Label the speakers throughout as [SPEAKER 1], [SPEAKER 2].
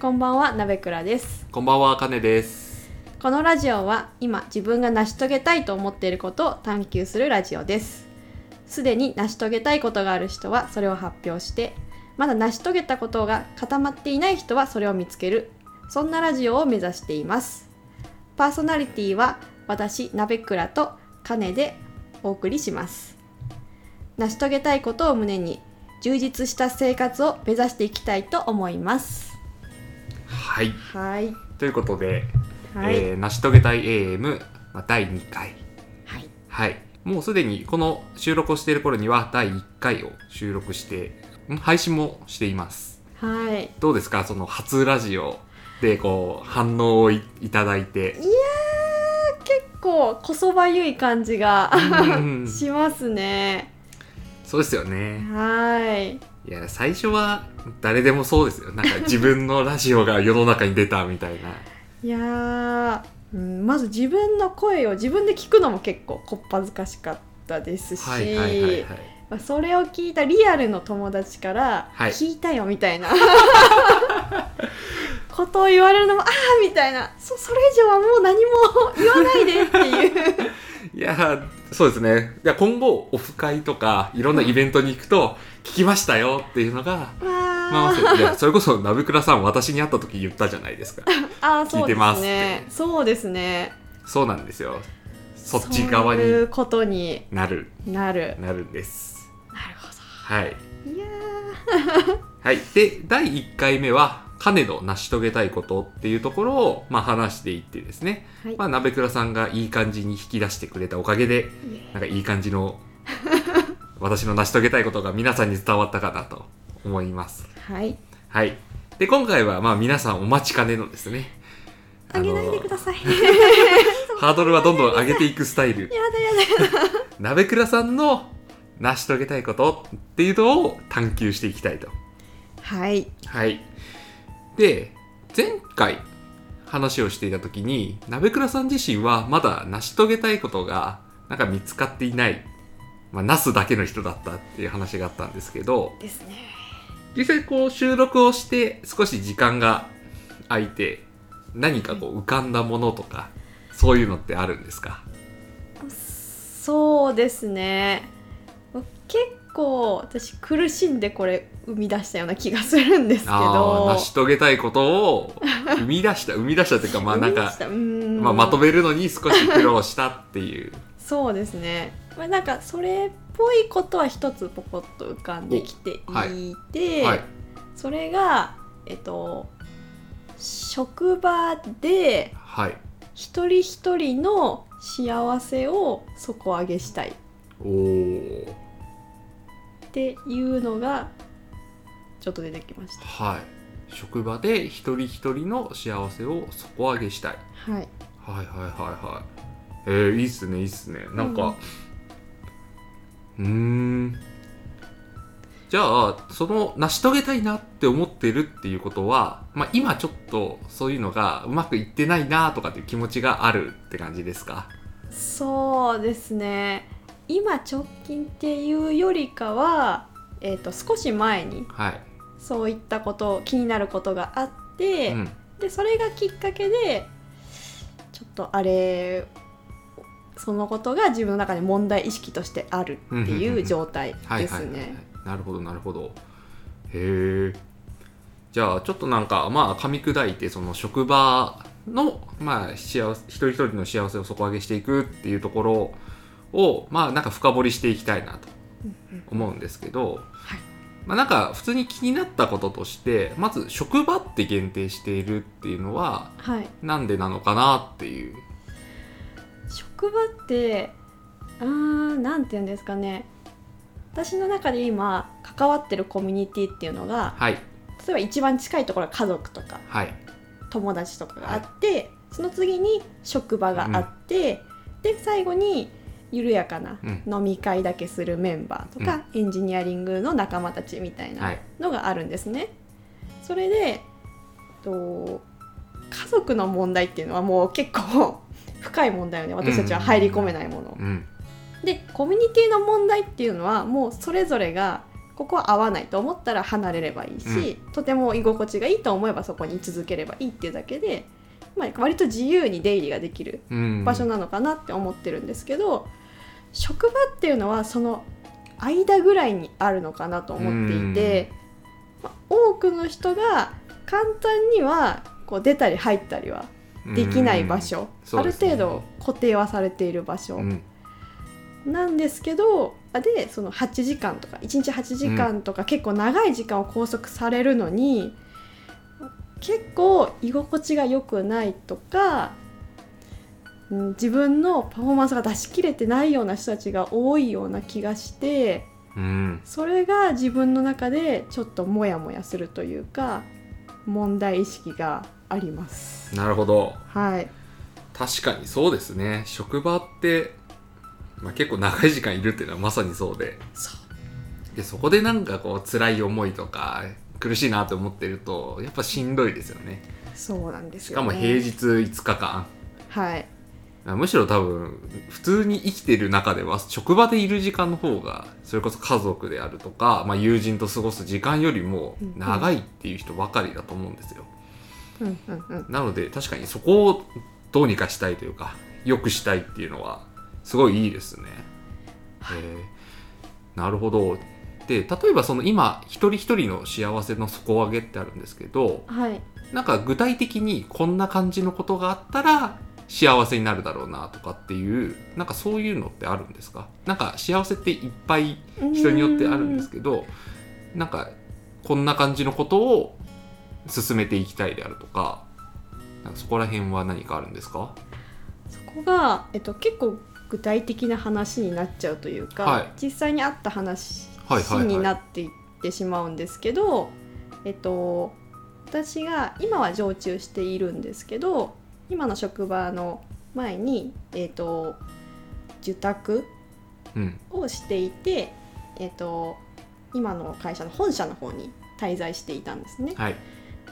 [SPEAKER 1] こんばんは、なべくらです。
[SPEAKER 2] こんばんは、かねです。
[SPEAKER 1] このラジオは今自分が成し遂げたいと思っていることを探求するラジオです。すでに成し遂げたいことがある人はそれを発表して、まだ成し遂げたことが固まっていない人はそれを見つける。そんなラジオを目指しています。パーソナリティは私、なべくらとカネでお送りします。成し遂げたいことを胸に充実した生活を目指していきたいと思います。
[SPEAKER 2] はい、
[SPEAKER 1] はい。
[SPEAKER 2] ということで、
[SPEAKER 1] はい。
[SPEAKER 2] えー成し遂げたい AM まあ第2回。
[SPEAKER 1] はい。
[SPEAKER 2] はい、もうすでにこの収録をしている頃には第1回を収録して、ん配信もしています。
[SPEAKER 1] はい。
[SPEAKER 2] どうですか、その初ラジオでこう反応をいいただいて。
[SPEAKER 1] 結構こそばゆい感じが
[SPEAKER 2] うん
[SPEAKER 1] しますね。
[SPEAKER 2] そうですよね。
[SPEAKER 1] はい。
[SPEAKER 2] いや、最初は誰でもそうですよ。なんか自分のラジオが世の中に出たみたいな。
[SPEAKER 1] いやー、うん、まず自分の声を自分で聞くのも結構こっぱずかしかったです し、
[SPEAKER 2] はいはいはいはい。
[SPEAKER 1] まあそれを聞いたリアルの友達から「
[SPEAKER 2] はい
[SPEAKER 1] 聞いたよ」みたいな、 ことを言われるのも「ああ」みたいなそそれ以上はもう何も言わないでっていう
[SPEAKER 2] いやーそうですねいや今後オフ会とかいろんなイベントに行くと聞きましたよっていうのが、 ま
[SPEAKER 1] ま
[SPEAKER 2] あ、
[SPEAKER 1] あ
[SPEAKER 2] まあ いやそれこそナブクラさん私に会った時言ったじゃないですか
[SPEAKER 1] あー
[SPEAKER 2] 聞
[SPEAKER 1] そ
[SPEAKER 2] いうて
[SPEAKER 1] で
[SPEAKER 2] ますすっ
[SPEAKER 1] ね
[SPEAKER 2] て
[SPEAKER 1] そうですね
[SPEAKER 2] そうなんですよそっち側
[SPEAKER 1] そうい
[SPEAKER 2] に
[SPEAKER 1] うことに
[SPEAKER 2] なる
[SPEAKER 1] なる
[SPEAKER 2] なるんです
[SPEAKER 1] なるほ
[SPEAKER 2] はい、
[SPEAKER 1] どいやー
[SPEAKER 2] はい、で第1回目は「金の成し遂げたいこと」っていうところを、まあ、話していってですね、
[SPEAKER 1] はい
[SPEAKER 2] まあ、ナベクラさんがいい感じに引き出してくれたおかげでなんかいい感じの 私の成し遂げたいことが皆さんに伝わったかなと思います
[SPEAKER 1] はい
[SPEAKER 2] はい。で、今回は、まあ、皆さんお待ちかねのですね。
[SPEAKER 1] あげないでくだ
[SPEAKER 2] さ
[SPEAKER 1] さい
[SPEAKER 2] い。ハードルはどんどん上げていくスタイル。
[SPEAKER 1] やだやだ
[SPEAKER 2] なべくらさんの成し遂げたいことっていうのを探求していきたいと。
[SPEAKER 1] はい
[SPEAKER 2] はい。で、前回話をしていたときに、なべくらさん自身はまだ成し遂げたいことが、なんか見つかっていない。まあ、なすだけの人だったっていう話があったんですけど、
[SPEAKER 1] ですね
[SPEAKER 2] 実際こう収録をして少し時間が空いて何かこう浮かんだものとかそういうのってあるんですか
[SPEAKER 1] そうですね結構私苦しんでこれ生み出したような気がするんですけ
[SPEAKER 2] あ
[SPEAKER 1] ど
[SPEAKER 2] ー成し遂げたいことを生み出した生み出したというかまあなんか、
[SPEAKER 1] 生み出したうーん
[SPEAKER 2] まあ、まとめるのに少し苦労したっていう
[SPEAKER 1] そうですね、まあ、なんかそれっぽいことは一つポコッと浮かんできてい
[SPEAKER 2] おはい
[SPEAKER 1] て、
[SPEAKER 2] はい
[SPEAKER 1] それがえっと職場で
[SPEAKER 2] はい
[SPEAKER 1] 一人一人の幸せを底上げしたいっ
[SPEAKER 2] おお
[SPEAKER 1] ていうのがちょっと出てきました。
[SPEAKER 2] はい職場で一人一人の幸せを底上げしたい
[SPEAKER 1] はい。
[SPEAKER 2] はいはいはいはいえー、いいっすねいいっすねなんかうーんじゃあその成し遂げたいなって思ってるっていうことは、まあ、今ちょっとそういうのがうまくいってないなとかっていう気持ちがあるって感じですか
[SPEAKER 1] そうですね。今直近っていうよりかは、えっ、と少し前に
[SPEAKER 2] はい、
[SPEAKER 1] そういったこと気になることがあって、
[SPEAKER 2] うん、
[SPEAKER 1] でそれがきっかけでちょっとあれそのことが自分の中で問題意識としてあるっていう状態
[SPEAKER 2] は
[SPEAKER 1] で
[SPEAKER 2] いはい
[SPEAKER 1] す
[SPEAKER 2] はい、はい
[SPEAKER 1] ね。、
[SPEAKER 2] なるほどなるほどへえじゃあちょっとなんかまあ噛み砕いてその職場のまあ幸せ一人一人の幸せを底上げしていくっていうところをまあなんか深掘りしていきたいなと思うんですけど、
[SPEAKER 1] はい
[SPEAKER 2] まあ、なんか普通に気になったこととしてまず職場って限定しているっていうのは
[SPEAKER 1] はい。
[SPEAKER 2] なんでなのかなっていう
[SPEAKER 1] 職場ってうーんなんて言うんですかね私の中で今関わってるコミュニティっていうのが
[SPEAKER 2] はい
[SPEAKER 1] 例えば一番近いところは家族とか
[SPEAKER 2] はい
[SPEAKER 1] 友達とかがあって、その次に職場があって、で最後に緩やかな
[SPEAKER 2] うん
[SPEAKER 1] 飲み会だけするメンバーとか、エンジニアリングの仲間たちみたい
[SPEAKER 2] は
[SPEAKER 1] ないのがあるんですね。それでえっと家族の問題っていうのはもう結構 深い問題よね私たちは入り込めないもの。
[SPEAKER 2] うん
[SPEAKER 1] でコミュニティの問題っていうのはもうそれぞれがここは合わないと思ったら離れればいいし、とても居心地がいいと思えばそこに居続ければいいっていうだけで、まあ、割と自由に出入りができる
[SPEAKER 2] うん
[SPEAKER 1] 場所なのかなって思ってるんですけど、職場っていうのはその間ぐらいにあるのかなと思っていて、まあ多くの人が簡単にはこう出たり入ったりはできない場所、
[SPEAKER 2] そう
[SPEAKER 1] あ
[SPEAKER 2] で
[SPEAKER 1] る
[SPEAKER 2] すね
[SPEAKER 1] 程度固定はされている場所、
[SPEAKER 2] うん
[SPEAKER 1] なんですけどあでその8時間とか1日8時間とか、結構長い時間を拘束されるのに結構居心地が良くないとか、うん、自分のパフォーマンスが出し切れてないような人たちが多いような気がして
[SPEAKER 2] うん
[SPEAKER 1] それが自分の中でちょっとモヤモヤするというか問題意識があります。
[SPEAKER 2] なるほど
[SPEAKER 1] はい、
[SPEAKER 2] 確かにそうですね職場って、まあ、結構長い時間いるっていうのはまさにそうで
[SPEAKER 1] そう
[SPEAKER 2] でそこでなんかこう辛い思いとか苦しいなと思ってるとやっぱしんどいですよね
[SPEAKER 1] そうなんです
[SPEAKER 2] し
[SPEAKER 1] よ、
[SPEAKER 2] か
[SPEAKER 1] ね、
[SPEAKER 2] も平日5日間
[SPEAKER 1] はい
[SPEAKER 2] あむしろ多分普通に生きてる中では職場でいる時間の方がそれこそ家族であるとか、まあ、友人と過ごす時間よりも長いっていう人ばかりだと思うんですよ、
[SPEAKER 1] うんうんうん
[SPEAKER 2] なので確かにそこをどうにかしたいというか良くしたいっていうのはすごいいいですね。へえなるほど。で例えばその今一人一人の幸せの底上げってあるんですけど
[SPEAKER 1] はい
[SPEAKER 2] なんか具体的にこんな感じのことがあったら幸せになるだろうなとかっていうなんかそういうのってあるんですかなんか幸せっていっぱい人によってあるんですけどなんかこんな感じのことを進めていきたいであるとかなんかそこら辺は何かあるんですか
[SPEAKER 1] そこが、えっと、結構具体的な話になっちゃうというか、
[SPEAKER 2] はい
[SPEAKER 1] 実際にあった話
[SPEAKER 2] はいはいはい
[SPEAKER 1] になっていってしまうんですけど、えっと、私が今は常駐しているんですけど今の職場の前に、えっと、受託
[SPEAKER 2] うん
[SPEAKER 1] をしていて、えっと、今の会社の本社の方に滞在していたんですね。
[SPEAKER 2] はい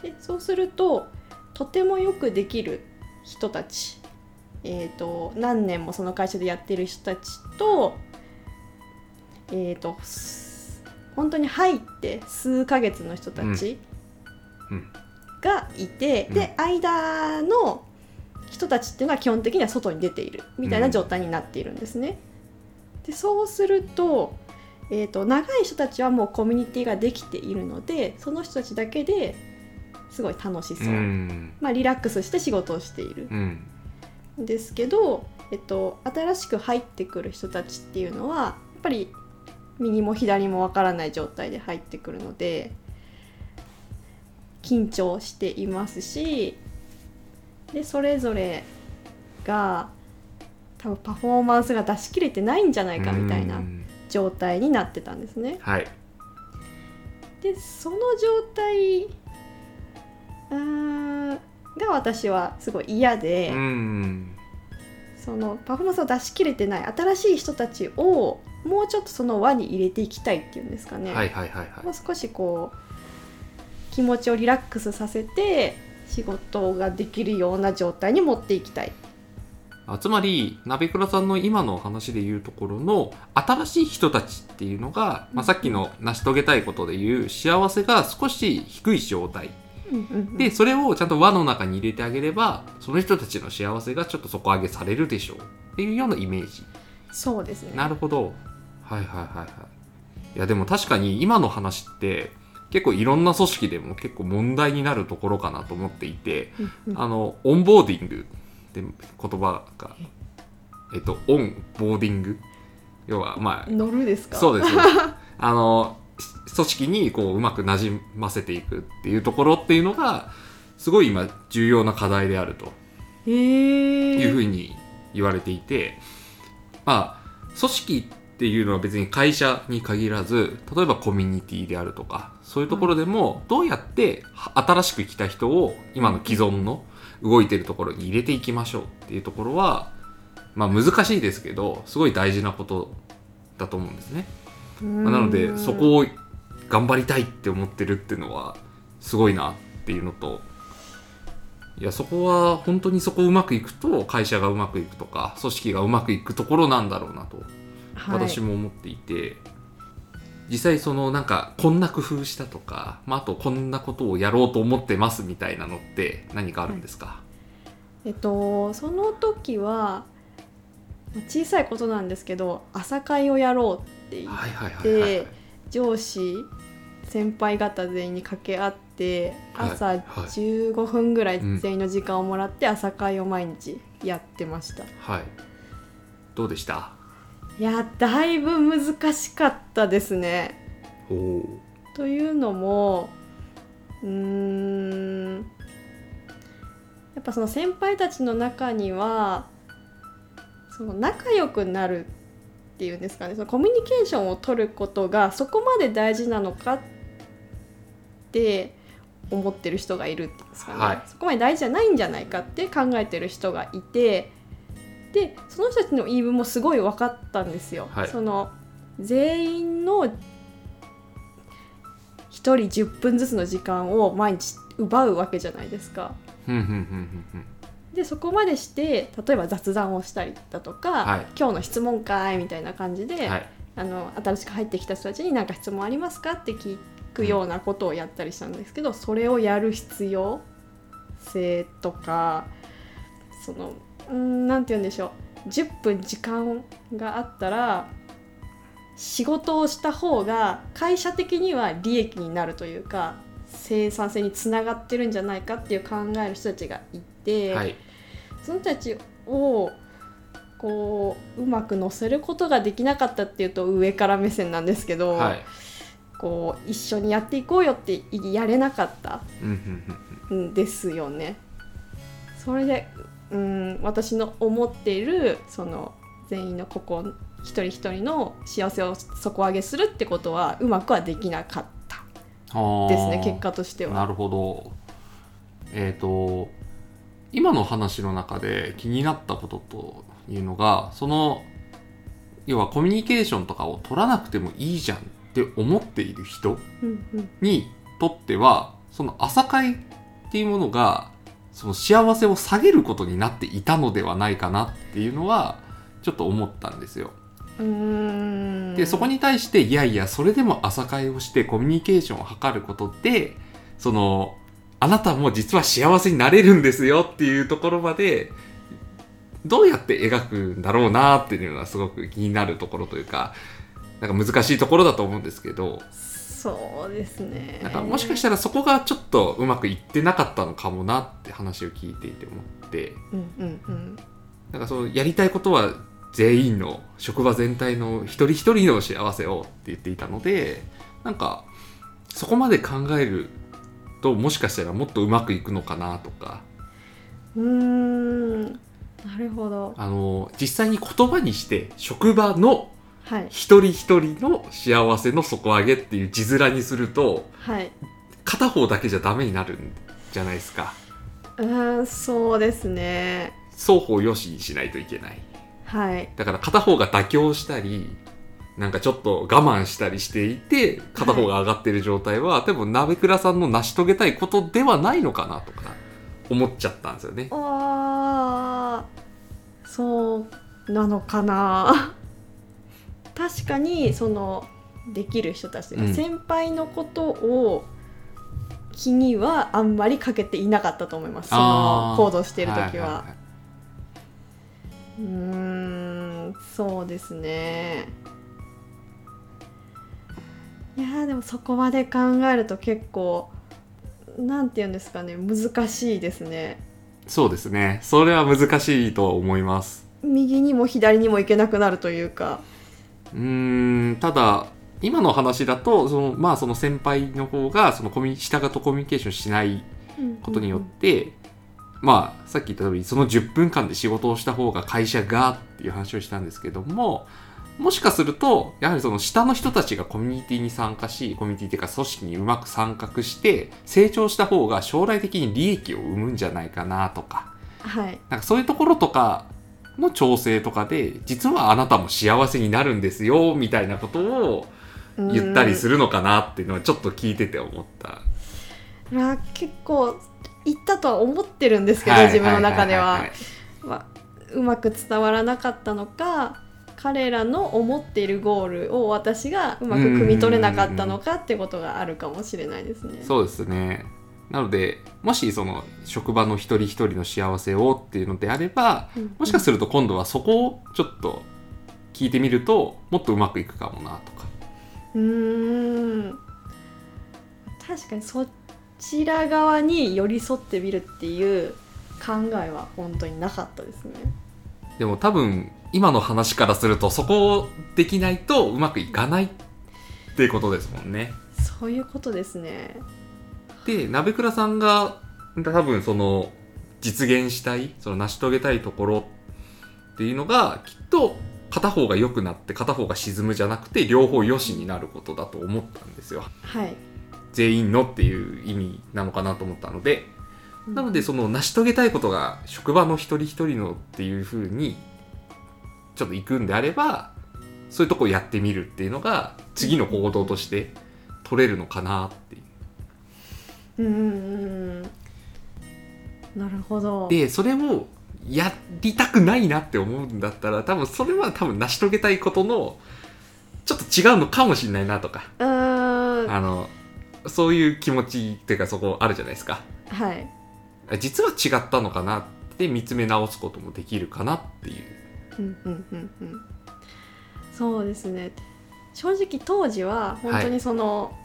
[SPEAKER 1] でそうするととてもよくできる人たち、えー、と何年もその会社でやってる人たちと,、えー、とす本当に入って数ヶ月の人たち
[SPEAKER 2] うんうん
[SPEAKER 1] がいて、
[SPEAKER 2] うん
[SPEAKER 1] で間の人たちっていうのは基本的には外に出ているみたいな状態になっているんですね。でそうすると,、えー、と長い人たちはもうコミュニティができているのでその人たちだけですごい楽しそう、
[SPEAKER 2] うん
[SPEAKER 1] まあ、リラックスして仕事をしている
[SPEAKER 2] うん
[SPEAKER 1] んですけど、えっと、新しく入ってくる人たちっていうのはやっぱり右も左もわからない状態で入ってくるので緊張していますしでそれぞれが多分パフォーマンスが出し切れてないんじゃないかみたいうなん状態になってたんですね。
[SPEAKER 2] はい
[SPEAKER 1] でその状態うーんが私はすごい嫌で、
[SPEAKER 2] うん
[SPEAKER 1] そのパフォーマンスを出し切れてない新しい人たちをもうちょっとその輪に入れていきたいっていうんですかね、
[SPEAKER 2] はいはいはいは
[SPEAKER 1] も
[SPEAKER 2] いう
[SPEAKER 1] 少しこう気持ちをリラックスさせて仕事ができるような状態に持っていきたい
[SPEAKER 2] あつまりナベクラさんの今のお話でいうところの新しい人たちっていうのが、まあ、さっきの成し遂げたいことでいう幸せが少し低い状態でそれをちゃんと輪の中に入れてあげればその人たちの幸せがちょっと底上げされるでしょうっていうようなイメージ
[SPEAKER 1] そうですね
[SPEAKER 2] なるほどはいはいはいはいいやでも確かに今の話って結構いろんな組織でも結構問題になるところかなと思っていて
[SPEAKER 1] うんうん
[SPEAKER 2] あのオンボーディングって言葉がえっとオンボーディング要はまあ
[SPEAKER 1] 乗るですか
[SPEAKER 2] そうですよあのし組織にこううまくなじませていくっていうところっていうのがすごい今重要な課題であると
[SPEAKER 1] へ
[SPEAKER 2] いうふう
[SPEAKER 1] え
[SPEAKER 2] に言われていて、まあ組織っていうのは別に会社に限らず例えばコミュニティであるとかそういうところでもどうやって新しく来た人を今の既存の動いてるところに入れていきましょうっていうところは、まあ、難しいですけどすごい大事なことだと思うんですね。まあなのでそこを頑張りたいって思ってるっていうのはすごいなっていうのといやそこは本当にそこうまくいくと会社がうまくいくとか組織がうまくいくところなんだろうなと私
[SPEAKER 1] も
[SPEAKER 2] も思っていて、実際そのなんかこんな工夫したとか、まあ、あとこんなことをやろうと思ってますみたいなのって何かあるんですか、
[SPEAKER 1] えっとその時はまあ小さいことなんですけど朝会をやろうって言って
[SPEAKER 2] はい、はいはいはいはい
[SPEAKER 1] で上司先輩方全員に掛け合って
[SPEAKER 2] はい
[SPEAKER 1] 朝
[SPEAKER 2] はい
[SPEAKER 1] 15分ぐらい
[SPEAKER 2] うん
[SPEAKER 1] 全員の時間をもらって朝会を毎日やってました、
[SPEAKER 2] はいどうでした
[SPEAKER 1] いやだいぶ難しかったですね
[SPEAKER 2] おお
[SPEAKER 1] というのもうーんやっぱその先輩たちの中にはその仲良くなるっていうんですかねそのコミュニケーションを取ることがそこまで大事なのかって思ってる人がいるんですかね、
[SPEAKER 2] はい
[SPEAKER 1] そこまで大事じゃないんじゃないかって考えてる人がいてでその人たちの言い分もすごい分かったんですよ。
[SPEAKER 2] はい
[SPEAKER 1] その全員の一人10分ずつの時間を毎日奪うわけじゃないですか。
[SPEAKER 2] ふんふんふんふんふん
[SPEAKER 1] でそこまでして例えば雑談をしたりだとか、
[SPEAKER 2] はい
[SPEAKER 1] 今日の質問会みたいな感じで、
[SPEAKER 2] はい
[SPEAKER 1] あの新しく入ってきた人たちに何か質問ありますかって聞くようなことをやったりしたんですけど、それをやる必要性とかそのうんなんて言うんでしょう10分時間があったら仕事をした方が会社的には利益になるというか生産性につながってるんじゃないかっていう考える人たちがいて。
[SPEAKER 2] はい
[SPEAKER 1] その人たちをこううまく乗せることができなかったっていうと上から目線なんですけど、
[SPEAKER 2] はい
[SPEAKER 1] こう一緒にやっていこうよってやれなかった
[SPEAKER 2] うんうんうん
[SPEAKER 1] んですよね。それでうん私の思っているその全員のここ一人一人の幸せを底上げするってことはうまくはできなかった
[SPEAKER 2] あー
[SPEAKER 1] ですね結果として
[SPEAKER 2] な
[SPEAKER 1] は。
[SPEAKER 2] るほどえっ、と今の話の中で気になったことというのがその要はコミュニケーションとかを取らなくてもいいじゃんって思っている人
[SPEAKER 1] うんうん
[SPEAKER 2] にとってはその朝会っていうものがその幸せを下げることになっていたのではないかなっていうのはちょっと思ったんですよ。
[SPEAKER 1] うーん
[SPEAKER 2] でそこに対していやいやそれでも朝会をしてコミュニケーションを図ることでそのあなたも実は幸せになれるんですよっていうところまでどうやって描くんだろうなっていうのはすごく気になるところというかなんか難しいところだと思うんですけど
[SPEAKER 1] そうですね。
[SPEAKER 2] なんかもしかしたらそこがちょっとうまくいってなかったのかもなって話を聞いていて思って。
[SPEAKER 1] うんうんうん
[SPEAKER 2] なんかそのやりたいことは全員の職場全体の一人一人の幸せをって言っていたのでなんかそこまで考えるともしかしたらもっとうまくいくのかなとか
[SPEAKER 1] うーんなるほど。
[SPEAKER 2] あの実際に言葉にして職場の
[SPEAKER 1] はい
[SPEAKER 2] 一人一人の幸せの底上げっていう字面にすると
[SPEAKER 1] はい。
[SPEAKER 2] 片方だけじゃダメになるんじゃないですか
[SPEAKER 1] うーんそうですね。
[SPEAKER 2] 双方良しにしないといけない
[SPEAKER 1] はい
[SPEAKER 2] だから片方が妥協したり、なんかちょっと我慢したりしていて、片方が上がってる状態は、多分、鍋倉さんの成し遂げたいことではないのかなとか、思っちゃったんですよね。
[SPEAKER 1] あーそうなのかな。 確かにそのできる人たち、
[SPEAKER 2] うん
[SPEAKER 1] 先輩のことを気にはあんまりかけていなかったと思います。その
[SPEAKER 2] あー
[SPEAKER 1] 行動している時
[SPEAKER 2] い
[SPEAKER 1] は。
[SPEAKER 2] いいう
[SPEAKER 1] ーんそうですねいやーでもそこまで考えると結構なんて言うんですかね難しいですね
[SPEAKER 2] そうですね。それは難しいとは思います。
[SPEAKER 1] 右にも左にも行けなくなるというか
[SPEAKER 2] うーん、ただ、今の話だと、その、まあ、その先輩の方が、そのコミュニ、下がとコミュニケーションしないことによって、まあさっき言った通りその10分間で仕事をした方が会社がっていう話をしたんですけどももしかするとやはりその下の人たちがコミュニティに参加しコミュニティというか組織にうまく参画して成長した方が将来的に利益を生むんじゃないかなとか
[SPEAKER 1] はい
[SPEAKER 2] なんかそういうところとかの調整とかで実はあなたも幸せになるんですよみたいなことを言ったりす
[SPEAKER 1] る
[SPEAKER 2] るのかなっていうのはちょっと聞いてて思った
[SPEAKER 1] 結構行ったとは思ってるんですけど、自分の中では。
[SPEAKER 2] いいいいい
[SPEAKER 1] まあうまく伝わらなかったのか彼らの思っているゴールを私がうまく汲み取れなかったのかってことがあるかもしれないですね。
[SPEAKER 2] そうですね。なので、もしその職場の一人一人の幸せをっていうのであれば、
[SPEAKER 1] うん
[SPEAKER 2] もしかすると今度はそこをちょっと聞いてみると、もっとうまくいくかもなとか。
[SPEAKER 1] うーん確かにそちら側に寄り添ってみるっていう考えは本当になかったですね。
[SPEAKER 2] でも多分、今の話からすると、そこをできないとうまくいかないっていうことですもんね。
[SPEAKER 1] そういうことですね。
[SPEAKER 2] で、鍋倉さんが多分その実現したい、その成し遂げたいところっていうのがきっと片方が良くなって片方が沈むじゃなくて両方良しになることだと思ったんですよ。
[SPEAKER 1] はい。
[SPEAKER 2] 全員のっていう意味なのかなと思ったので、なのでその成し遂げたいことが職場の一人一人のっていう風にちょっと行くんであれば、そういうとこをやってみるっていうのが次の行動として取れるのかなっていう。
[SPEAKER 1] うんうんうん。なるほど。
[SPEAKER 2] でそれをやりたくないなって思うんだったら多分それは多分成し遂げたいことのちょっと違うのかもしれないなとか
[SPEAKER 1] うーん。
[SPEAKER 2] あのそういう気持ちっていうかそこあるじゃないですか
[SPEAKER 1] はい。
[SPEAKER 2] 実は違ったのかなって見つめ直すこともできるかなっていう
[SPEAKER 1] うんうんうんうん。そうですね。正直当時は本当にその、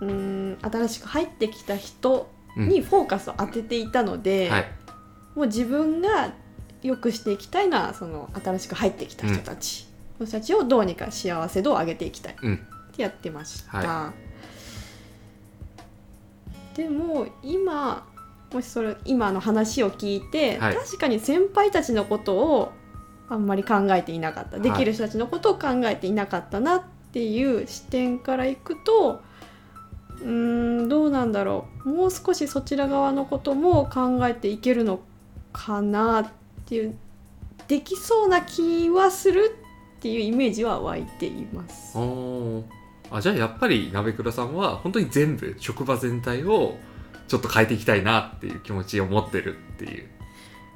[SPEAKER 1] うーん新しく入ってきた人
[SPEAKER 2] うん
[SPEAKER 1] にフォーカスを当てていたので、
[SPEAKER 2] はい
[SPEAKER 1] もう自分が良くしていきたいのはその新しく入ってきた人たち、その人たちをどうにか幸せ度を上げていきたいっ
[SPEAKER 2] うん
[SPEAKER 1] てやってました、
[SPEAKER 2] は
[SPEAKER 1] でも今もしそれ今の話を聞いて、
[SPEAKER 2] はい
[SPEAKER 1] 確かに先輩たちのことをあんまり考えていなかった
[SPEAKER 2] はい
[SPEAKER 1] できる人たちのことを考えていなかったなっていう視点からいくとうーんどうなんだろうもう少しそちら側のことも考えていけるのかなっていうできそうな気はするっていうイメージは湧いています。
[SPEAKER 2] おーあじゃあやっぱり鍋倉さんは本当に全部職場全体をちょっと変えていきたいなっていう気持ちを持ってるってい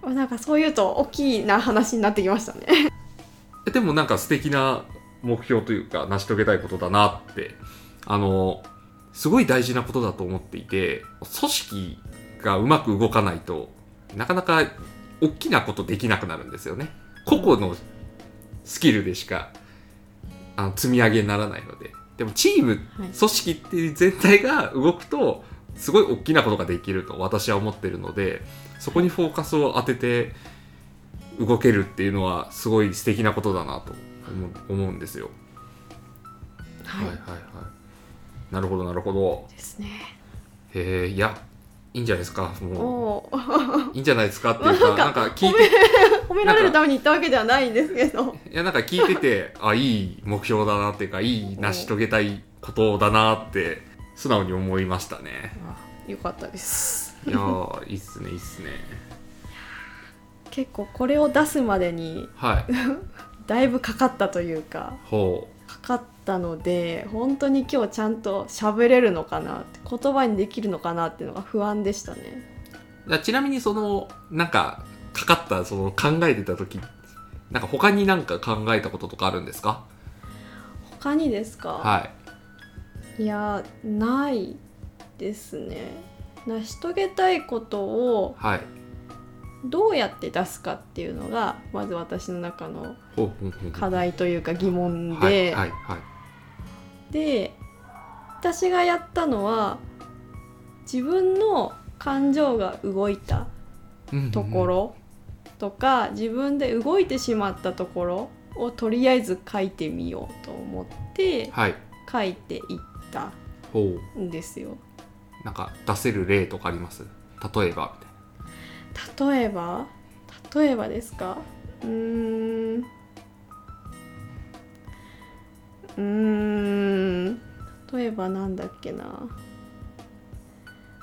[SPEAKER 2] う
[SPEAKER 1] なんかそういうと大きな話になってきましたね。
[SPEAKER 2] えでもなんか素敵な目標というか成し遂げたいことだなってあのすごい大事なことだと思っていて組織がうまく動かないとなかなか大きなことできなくなるんですよね個々のスキルでしかあの積み上げにならないのででもチーム
[SPEAKER 1] はい
[SPEAKER 2] 組織っていう全体が動くとすごい大きなことができると私は思ってるのでそこにフォーカスを当てて動けるっていうのはすごい素敵なことだなと思う思うんですよ。
[SPEAKER 1] はい、
[SPEAKER 2] いなるほどなるほど。
[SPEAKER 1] ですね。
[SPEAKER 2] へえいやいいんじゃないですか
[SPEAKER 1] お
[SPEAKER 2] も
[SPEAKER 1] おー、
[SPEAKER 2] ういいんじゃないですかっていうかなんか聞いて
[SPEAKER 1] 褒められるために言ったわけではないんですけど。
[SPEAKER 2] いやなんか聞いてて あいい目標だなっていうかいい成し遂げたいことだなって素直に思いましたね。
[SPEAKER 1] よかったです。
[SPEAKER 2] いやーいいっすねいいっすね。
[SPEAKER 1] 結構これを出すまでに
[SPEAKER 2] はい。
[SPEAKER 1] だいぶかかったというか
[SPEAKER 2] ほ
[SPEAKER 1] かかったので本当に今日ちゃんと喋れるのかなって言葉にできるのかなっていうのが不安でしたね。
[SPEAKER 2] うちなみにそのなんかかかったその考えてた時なんか他になんか考えたこととかあるんですか
[SPEAKER 1] 他にですか、、
[SPEAKER 2] はい
[SPEAKER 1] やないですね。成し遂げたいこと
[SPEAKER 2] い
[SPEAKER 1] を
[SPEAKER 2] はい
[SPEAKER 1] どうやって出すかっていうのがまず私の中の
[SPEAKER 2] ほうほうほう
[SPEAKER 1] 課題というか疑問で。
[SPEAKER 2] はいはいはい
[SPEAKER 1] で私がやったのは自分の感情が動いた
[SPEAKER 2] うんうんうん
[SPEAKER 1] ところとか、自分で動いてしまったところをとりあえず書いてみようと思って
[SPEAKER 2] はい
[SPEAKER 1] 書いていった
[SPEAKER 2] ほうん
[SPEAKER 1] ですよ。
[SPEAKER 2] なんか出せる例とかあります例えばみたい
[SPEAKER 1] 例えば例えばですかうーんうーん例えばなんだっけな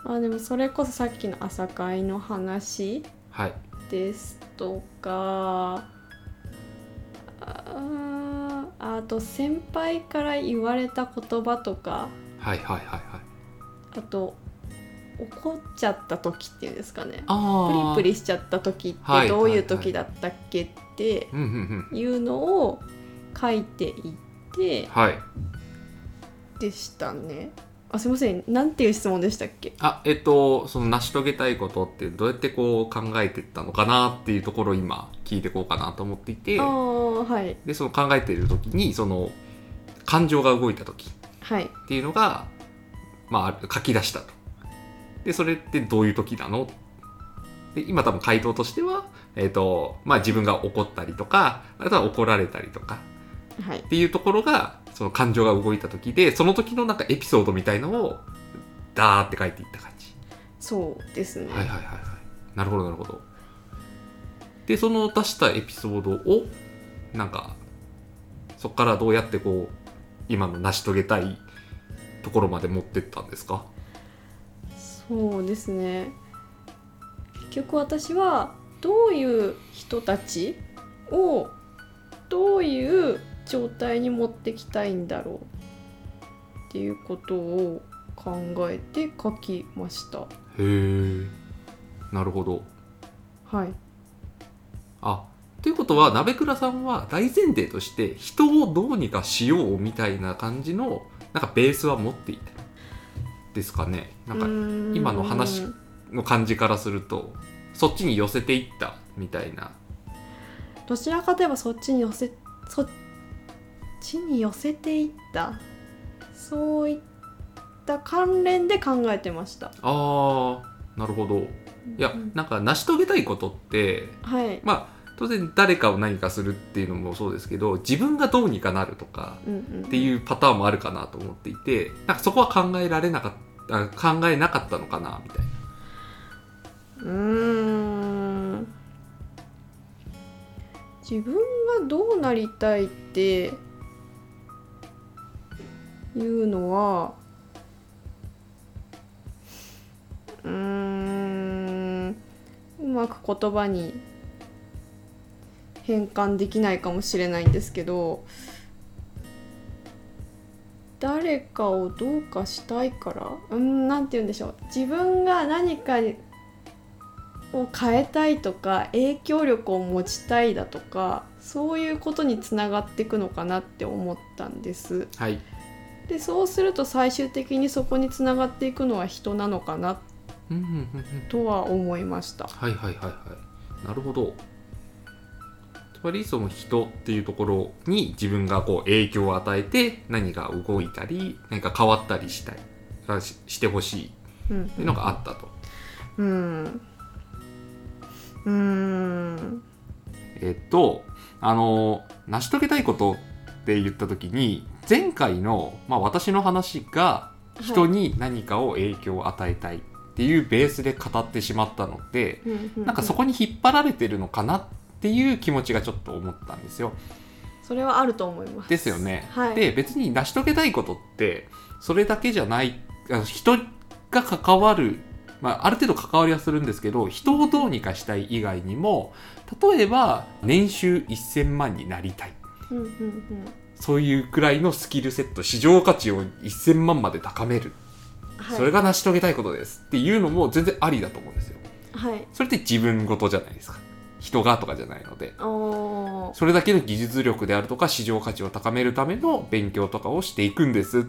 [SPEAKER 1] あでもそれこそさっきの朝会の話
[SPEAKER 2] なはい
[SPEAKER 1] ですとかあーあと先輩から言われた言葉とか
[SPEAKER 2] はいはいはいはい
[SPEAKER 1] あと怒っちゃった時っていうんですかねプリ
[SPEAKER 2] ああ
[SPEAKER 1] プリしちゃった時っ
[SPEAKER 2] は
[SPEAKER 1] て
[SPEAKER 2] い
[SPEAKER 1] どういう時だったっけって
[SPEAKER 2] うんうんうん
[SPEAKER 1] いうのを書いていって
[SPEAKER 2] はい
[SPEAKER 1] でしたねあすいませんなんていう質問でしたっけ
[SPEAKER 2] あえっとその成し遂げたいことってどうやってこう考えてったのかなっていうところを今聞いていこうかなと思っていて
[SPEAKER 1] ああはい
[SPEAKER 2] でその考えている時にその感情が動いた時
[SPEAKER 1] はい
[SPEAKER 2] っていうのが、まあ、書き出したと。でそれってどういう時なので今多分回答としては、えっとまあ、自分が怒ったりとかあとは怒られたりとか
[SPEAKER 1] はい
[SPEAKER 2] っていうところがその感情が動いた時でその時のなんかエピソードみたいのをダーって書いていった感じ。
[SPEAKER 1] そうですね、
[SPEAKER 2] はいはいはいはい。なるほどなるほど。でその出したエピソードをなんかそこからどうやってこう今の成し遂げたいところまで持ってったんですか。
[SPEAKER 1] そうですね結局私はどういう人たちをどういう状態に持ってきたいんだろうっていうことを考えて書きました
[SPEAKER 2] へえ。なるほど。
[SPEAKER 1] はい
[SPEAKER 2] あということは鍋倉さんは大前提として人をどうにかしようみたいな感じのなんかベースは持っていたですかね。なんか今
[SPEAKER 1] 今
[SPEAKER 2] の話の感じからするとそっちに寄せていったみたいな。
[SPEAKER 1] どちらかといえばそっちに寄せそっちに寄せていったそういった関連で考えてました
[SPEAKER 2] あーなるほどいや
[SPEAKER 1] うん
[SPEAKER 2] なんか成し遂げたいことって
[SPEAKER 1] はい、
[SPEAKER 2] まあ当然誰かを何かするっていうのもそうですけど自分がどうにかなるとか
[SPEAKER 1] うんうん、
[SPEAKER 2] っていうパターンもあるかなと思っていてなんかそこは考えられなかった考えなかったのかなみたいな
[SPEAKER 1] うーん自分がどうなりたいっていうのはうーんうまく言葉に変換できないかもしれないんですけど誰かをどうかしたいからうんなんて言うんでしょう自分が何かにを変えたいとか影響力を持ちたいだとかそういうことにつながっていくのかなって思ったんです。
[SPEAKER 2] はい
[SPEAKER 1] でそうすると最終的にそこにつながっていくのは人なのかな
[SPEAKER 2] うんうんうんうん
[SPEAKER 1] とは思いました。
[SPEAKER 2] はいはいはいはいなるほどつまりその人っていうところに自分がこう影響を与えて何が動いたり何か変わったりしたいあししてほしいっ
[SPEAKER 1] うん、
[SPEAKER 2] ていうのがあったと
[SPEAKER 1] うんうーん
[SPEAKER 2] えっと、あの、成し遂げたいことって言ったときに、前回の、まあ、私の話が、
[SPEAKER 1] い
[SPEAKER 2] 人に何かを影響を与えたいっていうベースで語ってしまったので、なんかそこに引っ張られてるのかなっていう気持ちがちょっと思ったんですよ。
[SPEAKER 1] それはあると思います。
[SPEAKER 2] ですよね。
[SPEAKER 1] はい、
[SPEAKER 2] で、別に成し遂げたいことって、それだけじゃない、あの人が関わる、まあ、ある程度関わりはするんですけど、人をどうにかしたい以外にも、例えば、年収1000万になりたい。
[SPEAKER 1] うんうんうん、
[SPEAKER 2] そういうくらいのスキルセット、市場価値を1000万まで高める。
[SPEAKER 1] はい
[SPEAKER 2] それが成し遂げたいことです。っていうのも全然ありだと思うんですよ。
[SPEAKER 1] はい
[SPEAKER 2] それって自分事じゃないですか。人がとかじゃないので。
[SPEAKER 1] おー
[SPEAKER 2] それだけの技術力であるとか市場価値を高めるための勉強とかをしていくんですっ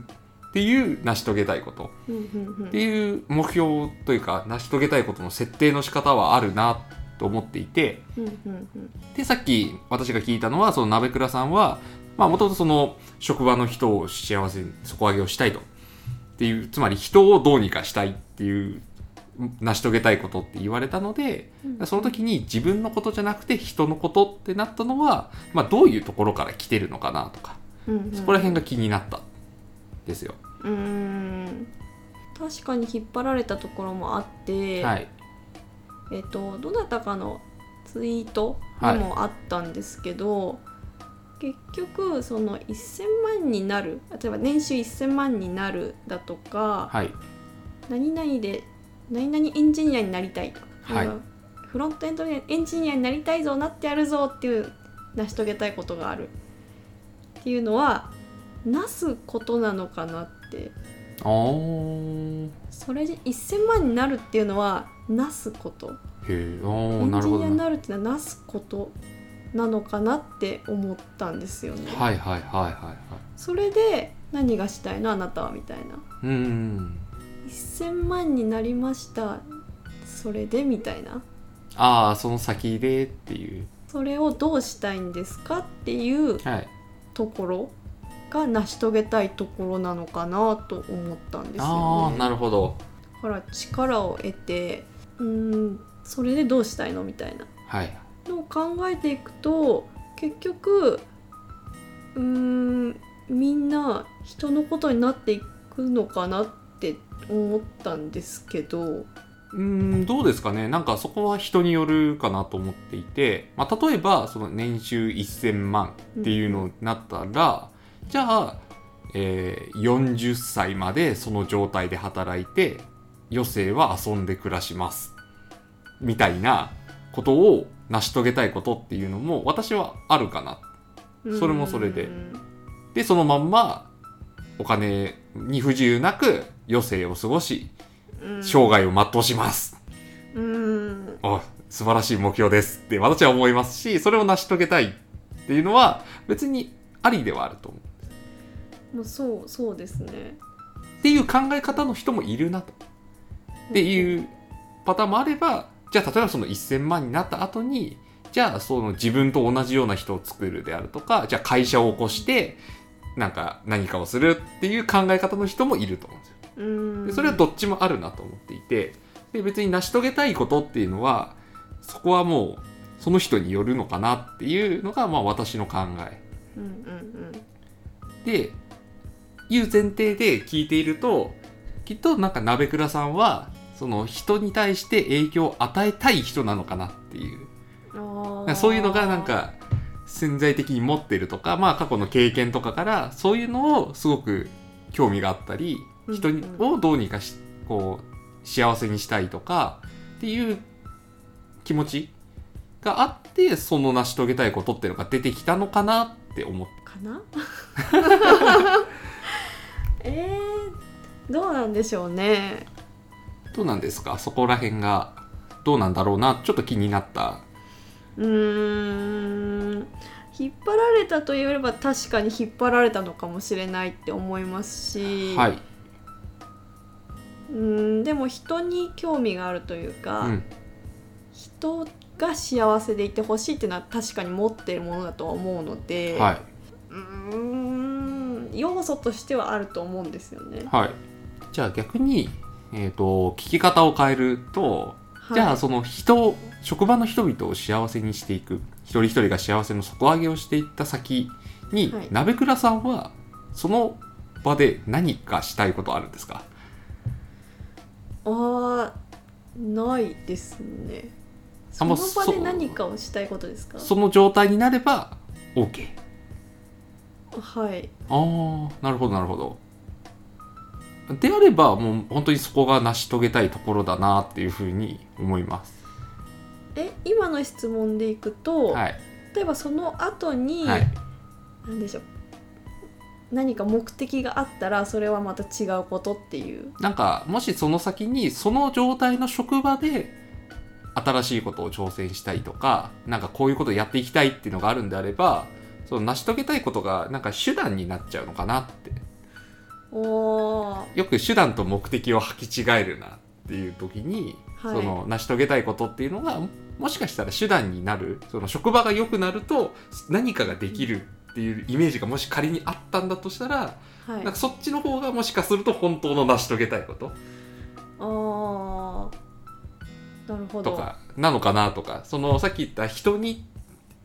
[SPEAKER 2] ていう成し遂げたいこと
[SPEAKER 1] うんうん
[SPEAKER 2] っ
[SPEAKER 1] う
[SPEAKER 2] て
[SPEAKER 1] ん
[SPEAKER 2] いう目標というか成し遂げたいことの設定の仕方はあるなと思っていて
[SPEAKER 1] うんうんうん
[SPEAKER 2] でさっき私が聞いたのはその鍋倉さんはもともとその職場の人を幸せに底上げをしたいとっていうつまり人をどうにかしたいっていう成し遂げたいことって言われたので
[SPEAKER 1] うん
[SPEAKER 2] その時に自分のことじゃなくて人のことってなったのは、まあ、どういうところから来てるのかなとか
[SPEAKER 1] うんうん
[SPEAKER 2] そこら辺が気になったんですよ。
[SPEAKER 1] うーん確かに引っ張られたところもあって、
[SPEAKER 2] はい、
[SPEAKER 1] えっとどなたかのツイートにもあったんですけど、結局その1,000万になる例えば年収1,000万になるだとか、
[SPEAKER 2] はい、
[SPEAKER 1] 何々で何々エンジニアになりたいとか、
[SPEAKER 2] はい
[SPEAKER 1] あのフロントエンドエンジニアになりたいぞなってやるぞっていう成し遂げたいことがあるっていうのはなすことなのかなって
[SPEAKER 2] あー
[SPEAKER 1] それで1000万になるっていうのはなすこと
[SPEAKER 2] へえ
[SPEAKER 1] エ
[SPEAKER 2] あー
[SPEAKER 1] ン
[SPEAKER 2] な
[SPEAKER 1] ジ
[SPEAKER 2] る
[SPEAKER 1] ニ
[SPEAKER 2] ほ
[SPEAKER 1] ア
[SPEAKER 2] ど
[SPEAKER 1] に
[SPEAKER 2] ね
[SPEAKER 1] なるっていうのはなすことなのかなって思ったんですよね。
[SPEAKER 2] はいはいはいはいはい
[SPEAKER 1] それで何がしたいのあなたはみたいな
[SPEAKER 2] うんうん
[SPEAKER 1] 1000万になりましたそれでみたいな
[SPEAKER 2] ああその先でっていう
[SPEAKER 1] それをどうしたいんですかっていう
[SPEAKER 2] はい
[SPEAKER 1] ところが成し遂げたいところなのかなと思ったんですよ
[SPEAKER 2] ああ
[SPEAKER 1] ね。
[SPEAKER 2] なるほど
[SPEAKER 1] だから力を得てうーんそれでどうしたいのみたいな
[SPEAKER 2] はい
[SPEAKER 1] のを考えていくと結局うーんみんな人のことになっていくのかなって思ったんですけど
[SPEAKER 2] うーんどうですかねなんかそこは人によるかなと思っていて、まあ、例えばその年収1000万っていうのになったら、じゃあ、えー40歳までその状態で働いて余生は遊んで暮らしますみたいなことを成し遂げたいことっていうのも私はあるかなそれもそれで
[SPEAKER 1] うん
[SPEAKER 2] でそのまんまお金に不自由なく余生を過ごし
[SPEAKER 1] うん
[SPEAKER 2] 生涯を全うします
[SPEAKER 1] うん
[SPEAKER 2] あ素晴らしい目標ですって私は思いますしそれを成し遂げたいっていうのは別にありではあると思う
[SPEAKER 1] もうそうそうですね。
[SPEAKER 2] っていう考え方の人もいるなとっていうパターンもあればじゃあ例えばその1,000万になった後にじゃあその自分と同じような人を作るであるとかじゃあ会社を起こしてなんか何かをするっていう考え方の人もいると思うんですよ。
[SPEAKER 1] うん
[SPEAKER 2] でそれはどっちもあるなと思っていてで別に成し遂げたいことっていうのはそこはもうその人によるのかなっていうのがまあ私の考え
[SPEAKER 1] うんうん
[SPEAKER 2] でいう前提で聞いているときっとなんか鍋倉さんはその人に対して影響を与えたい人なのかなっていう
[SPEAKER 1] うん、あ
[SPEAKER 2] なんか
[SPEAKER 1] ー
[SPEAKER 2] そういうのがなんか潜在的に持ってるとか、まあ、過去の経験とかからそういうのをすごく興味があったり
[SPEAKER 1] うん
[SPEAKER 2] 人に
[SPEAKER 1] うん
[SPEAKER 2] をどうにかしこう幸せにしたいとかっていう気持ちがあってその成し遂げたいことっていうのが出てきたのかなって思って
[SPEAKER 1] かな えー、どうなんでしょうね。
[SPEAKER 2] どうなんですかそこら辺がどうなんだろうなちょっと気になった。
[SPEAKER 1] うーん引っ張られたといえば確かに引っ張られたのかもしれないって思いますし、
[SPEAKER 2] はい、
[SPEAKER 1] うーんでも人に興味があるというか、
[SPEAKER 2] うん、
[SPEAKER 1] 人が幸せでいてほしいっていうのは確かに持ってるものだとは思うので、
[SPEAKER 2] は
[SPEAKER 1] うーん要素としてはあると思うんですよね
[SPEAKER 2] い、。はい、じゃあ逆に、えー、と聞き方を変えると
[SPEAKER 1] はい
[SPEAKER 2] じゃあその人職場の人々を幸せにしていく一人一人が幸せの底上げをしていった先に、
[SPEAKER 1] はい
[SPEAKER 2] 鍋倉さんはその場で何かしたいことあるんですか
[SPEAKER 1] あーないですね。
[SPEAKER 2] あ
[SPEAKER 1] そ
[SPEAKER 2] も
[SPEAKER 1] の
[SPEAKER 2] う
[SPEAKER 1] 場
[SPEAKER 2] そ
[SPEAKER 1] で何かをしたいことですか
[SPEAKER 2] その状態になれば OK
[SPEAKER 1] はい。
[SPEAKER 2] ああなるほどなるほどであればもう本当にそこが成し遂げたいところだなっていうふうに思います
[SPEAKER 1] え今の質問でいくと、
[SPEAKER 2] はい
[SPEAKER 1] 例えばその後に、
[SPEAKER 2] はい
[SPEAKER 1] 何でしょう何か目的があったらそれはまた違うことっていう。
[SPEAKER 2] なんかもしその先にその状態の職場で新しいことを挑戦したいとかなんかこういうことをやっていきたいっていうのがあるんであればその成し遂げたいことがなんか手段になっちゃうのかなって
[SPEAKER 1] おー
[SPEAKER 2] よく手段と目的を履き違えるなっていう時に、
[SPEAKER 1] はい
[SPEAKER 2] その成し遂げたいことっていうのがもしかしたら手段になるその職場が良くなると何かができるっていうイメージがもし仮にあったんだとしたら
[SPEAKER 1] はい
[SPEAKER 2] なんかそっちの方がもしかすると本当の成し遂げたいこと
[SPEAKER 1] あーなるほど。
[SPEAKER 2] とかなのかなとかそのさっき言った人に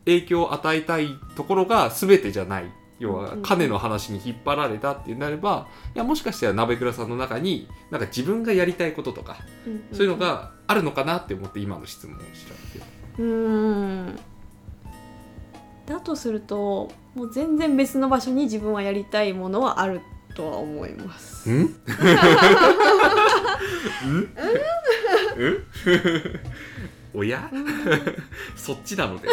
[SPEAKER 2] 影響を与えたいところが全てじゃない要
[SPEAKER 1] うん
[SPEAKER 2] は
[SPEAKER 1] うん
[SPEAKER 2] 金の話に引っ張られたってなればいやもしかしたら鍋倉さんの中になんか自分がやりたいこととか
[SPEAKER 1] うんん
[SPEAKER 2] そういうのがあるのかなって思って今の質問をしちゃっ
[SPEAKER 1] う
[SPEAKER 2] て
[SPEAKER 1] ーんだとするともう全然別の場所に自分はやりたいものはあるとは思い ます。
[SPEAKER 2] んんんおやそっちなので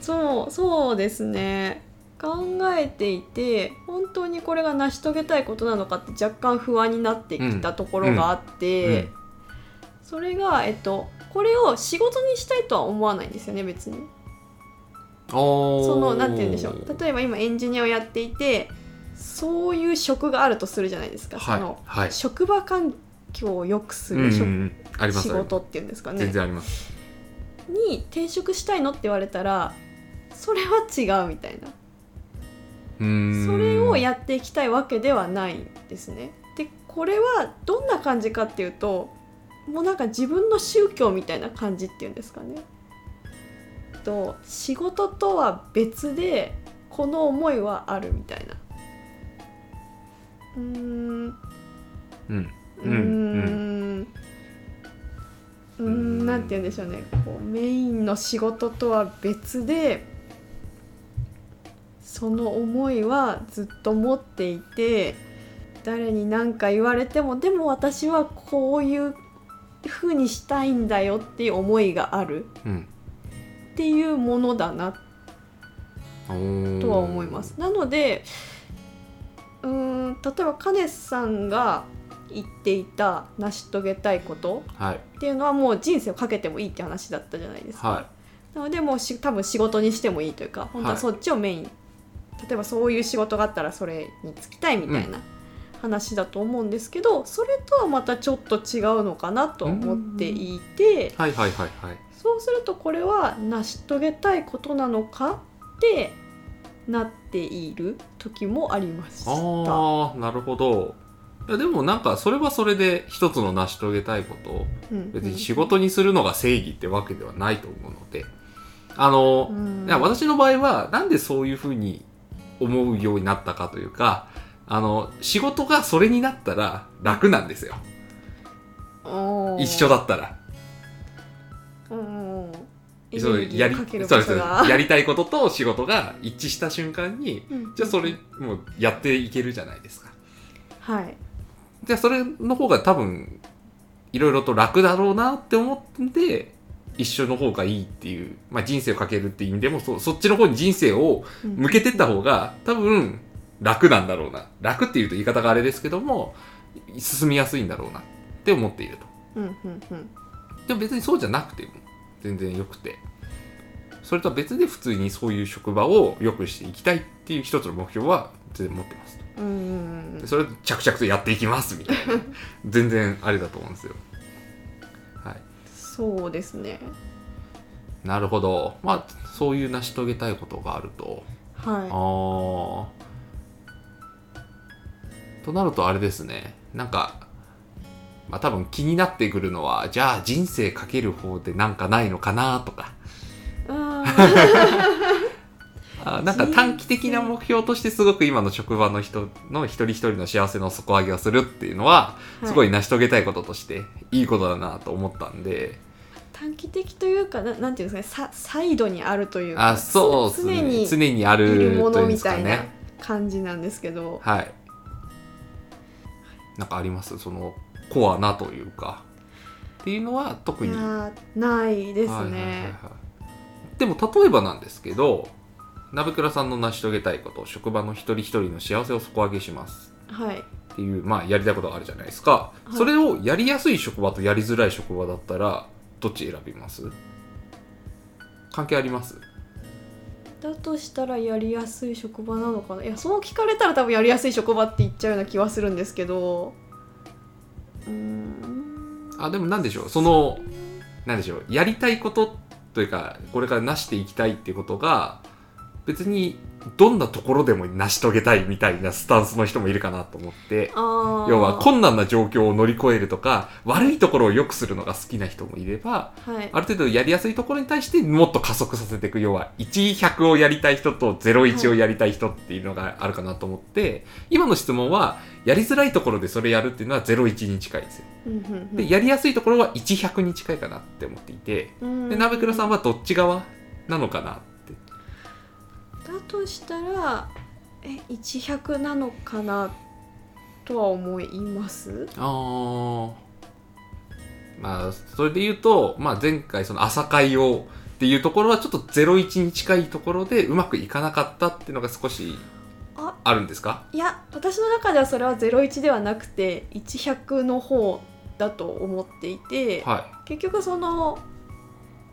[SPEAKER 1] そうそうですね考考えていて本当にこれが成し遂げたいことなのかって若干不安になってきたところがあって、
[SPEAKER 2] うん
[SPEAKER 1] それが、えっと、これを仕事にしたいとは思わないんですよね別に。そ
[SPEAKER 2] そ
[SPEAKER 1] のなんて言うんでしょう例えば今エンジニアをやっていてそういう職があるとするじゃないですか、
[SPEAKER 2] はい
[SPEAKER 1] その
[SPEAKER 2] はい
[SPEAKER 1] 職場環境を良くする
[SPEAKER 2] うん
[SPEAKER 1] 職、
[SPEAKER 2] うんあります
[SPEAKER 1] 仕
[SPEAKER 2] あります
[SPEAKER 1] 事っていうんですかね
[SPEAKER 2] 全然あります
[SPEAKER 1] に転職したいのって言われたらそれは違うみたいな
[SPEAKER 2] うーん
[SPEAKER 1] それをやっていきたいわけではないんですね。でこれはどんな感じかっていうともうなんか自分の宗教みたいな感じっていうんですかね。と仕事とは別でこの思いはあるみたいな。うーんう
[SPEAKER 2] うん
[SPEAKER 1] ーんうーんなんて言うんでしょうねこうメインの仕事とは別でその思いはずっと持っていて誰に何か言われてもでも私はこういう風にしたいんだよっていう思いがある
[SPEAKER 2] うん
[SPEAKER 1] っていうものだな
[SPEAKER 2] おー
[SPEAKER 1] とは思います。なのでうーん例えばカネスさんが言っていた成し遂げたいこと
[SPEAKER 2] はい
[SPEAKER 1] っていうのはもう人生をかけてもいいって話だったじゃないですか。
[SPEAKER 2] は
[SPEAKER 1] なのでもうし多分仕事にしてもいいというか本当はそっちをメイン、例えばそういう仕事があったらそれに就きたいみたいな話だと思うんですけど、それとはまたちょっと違うのかなと思っていて、
[SPEAKER 2] いはいはいはいはい
[SPEAKER 1] そうするとこれは成し遂げたいことなのかってなっている時もありました。
[SPEAKER 2] ああなるほどいやでもなんかそれはそれで一つの成し遂げたいこと
[SPEAKER 1] うん
[SPEAKER 2] 別に仕事にするのが正義ってわけではないと思うのであの、
[SPEAKER 1] うん
[SPEAKER 2] いや私の場合はなんでそういうふうに思うようになったかというかあの仕事がそれになったら楽なんですよ
[SPEAKER 1] おー
[SPEAKER 2] 一緒だったら
[SPEAKER 1] うんうんエネ
[SPEAKER 2] そう
[SPEAKER 1] ルギ
[SPEAKER 2] や
[SPEAKER 1] ー
[SPEAKER 2] り
[SPEAKER 1] を
[SPEAKER 2] そう
[SPEAKER 1] かける
[SPEAKER 2] で
[SPEAKER 1] 場
[SPEAKER 2] す
[SPEAKER 1] 所が
[SPEAKER 2] やりたいことと仕事が一致した瞬間に
[SPEAKER 1] うん
[SPEAKER 2] じゃあそれもうやっていけるじゃないですか
[SPEAKER 1] はい
[SPEAKER 2] じゃあそれの方が多分いろいろと楽だろうなって思って一緒の方がいいっていう、まあ、人生をかけるっていう意味でもそそっちの方に人生を向けてった方が多分楽なんだろうな楽っていうと言い方があれですけども進みやすいんだろうなって思っていると
[SPEAKER 1] うんうんうん
[SPEAKER 2] でも別にそうじゃなくても全然よくてそれとは別で普通にそういう職場を良くしていきたいっていう一つの目標は全然持ってますと
[SPEAKER 1] うんうん
[SPEAKER 2] でそれを着々とやっていきますみたいな全然あれだと思うんですよはい
[SPEAKER 1] そうですね
[SPEAKER 2] なるほどまあそういう成し遂げたいことがあると
[SPEAKER 1] は
[SPEAKER 2] ああ。となるとあれですね。なんか、まあ多分気になってくるのは、じゃあ人生かける方でなんかないのかなとか、
[SPEAKER 1] い あ
[SPEAKER 2] あーなんか短期的な目標としてすごく今の職場の人の一人一人の幸せの底上げをするっていうのは、
[SPEAKER 1] ー
[SPEAKER 2] すご
[SPEAKER 1] はい
[SPEAKER 2] 成し遂げたいこととしていいことだなと思ったんで、
[SPEAKER 1] 短期的というかななんていうんですかねさサイドにあるというか
[SPEAKER 2] あそうです
[SPEAKER 1] 常
[SPEAKER 2] ね。
[SPEAKER 1] に
[SPEAKER 2] 常にあ
[SPEAKER 1] いる
[SPEAKER 2] る
[SPEAKER 1] も
[SPEAKER 2] と
[SPEAKER 1] の
[SPEAKER 2] いうんで
[SPEAKER 1] み
[SPEAKER 2] すか
[SPEAKER 1] たいな
[SPEAKER 2] ね。
[SPEAKER 1] 感じなんですけど、
[SPEAKER 2] はい。なんかありますそのコアなというかっていうのは特
[SPEAKER 1] い
[SPEAKER 2] に。
[SPEAKER 1] やーないですね、
[SPEAKER 2] はいはいはいはいでも例えばなんですけど、鍋倉さんの成し遂げたいこと、職場の一人一人の幸せを底上げします
[SPEAKER 1] はい、
[SPEAKER 2] っていうまあやりたいことがあるじゃないですか。
[SPEAKER 1] い
[SPEAKER 2] それをやりやすい職場とやりづらい職場だったらどっち選びます？関係あります？
[SPEAKER 1] だとしたらやりやすい職場なのかないやそう聞かれたら多分やりやすい職場って言っちゃうような気はするんですけどうーん
[SPEAKER 2] あでもなんでしょうそのなんでしょうやりたいことというかこれから成していきたいっていうことが別にどんなところでも成し遂げたいみたいなスタンスの人もいるかなと思って
[SPEAKER 1] あー
[SPEAKER 2] 要は困難な状況を乗り越えるとか悪いところを良くするのが好きな人もいれば
[SPEAKER 1] はい
[SPEAKER 2] ある程度やりやすいところに対してもっと加速させていく要は1100をやりたい人と01をやりたい人っていうのがあるかなと思って今の質問はやりづらいところでそれやるっていうのは01に近いですよ。
[SPEAKER 1] うんうんうん
[SPEAKER 2] でやりやすいところは100に近いかなって思っていて
[SPEAKER 1] うん
[SPEAKER 2] で鍋倉さんはどっち側なのかなって
[SPEAKER 1] だとしたらえ100なのかなとは思います
[SPEAKER 2] あーまあそれで言うと、まあ、前回その朝会をっていうところはちょっと01に近いところでうまくいかなかったっていうのが少し
[SPEAKER 1] あ
[SPEAKER 2] あるんですか
[SPEAKER 1] いや私の中ではそれは01ではなくて100の方だと思っていて、
[SPEAKER 2] は
[SPEAKER 1] 結局その、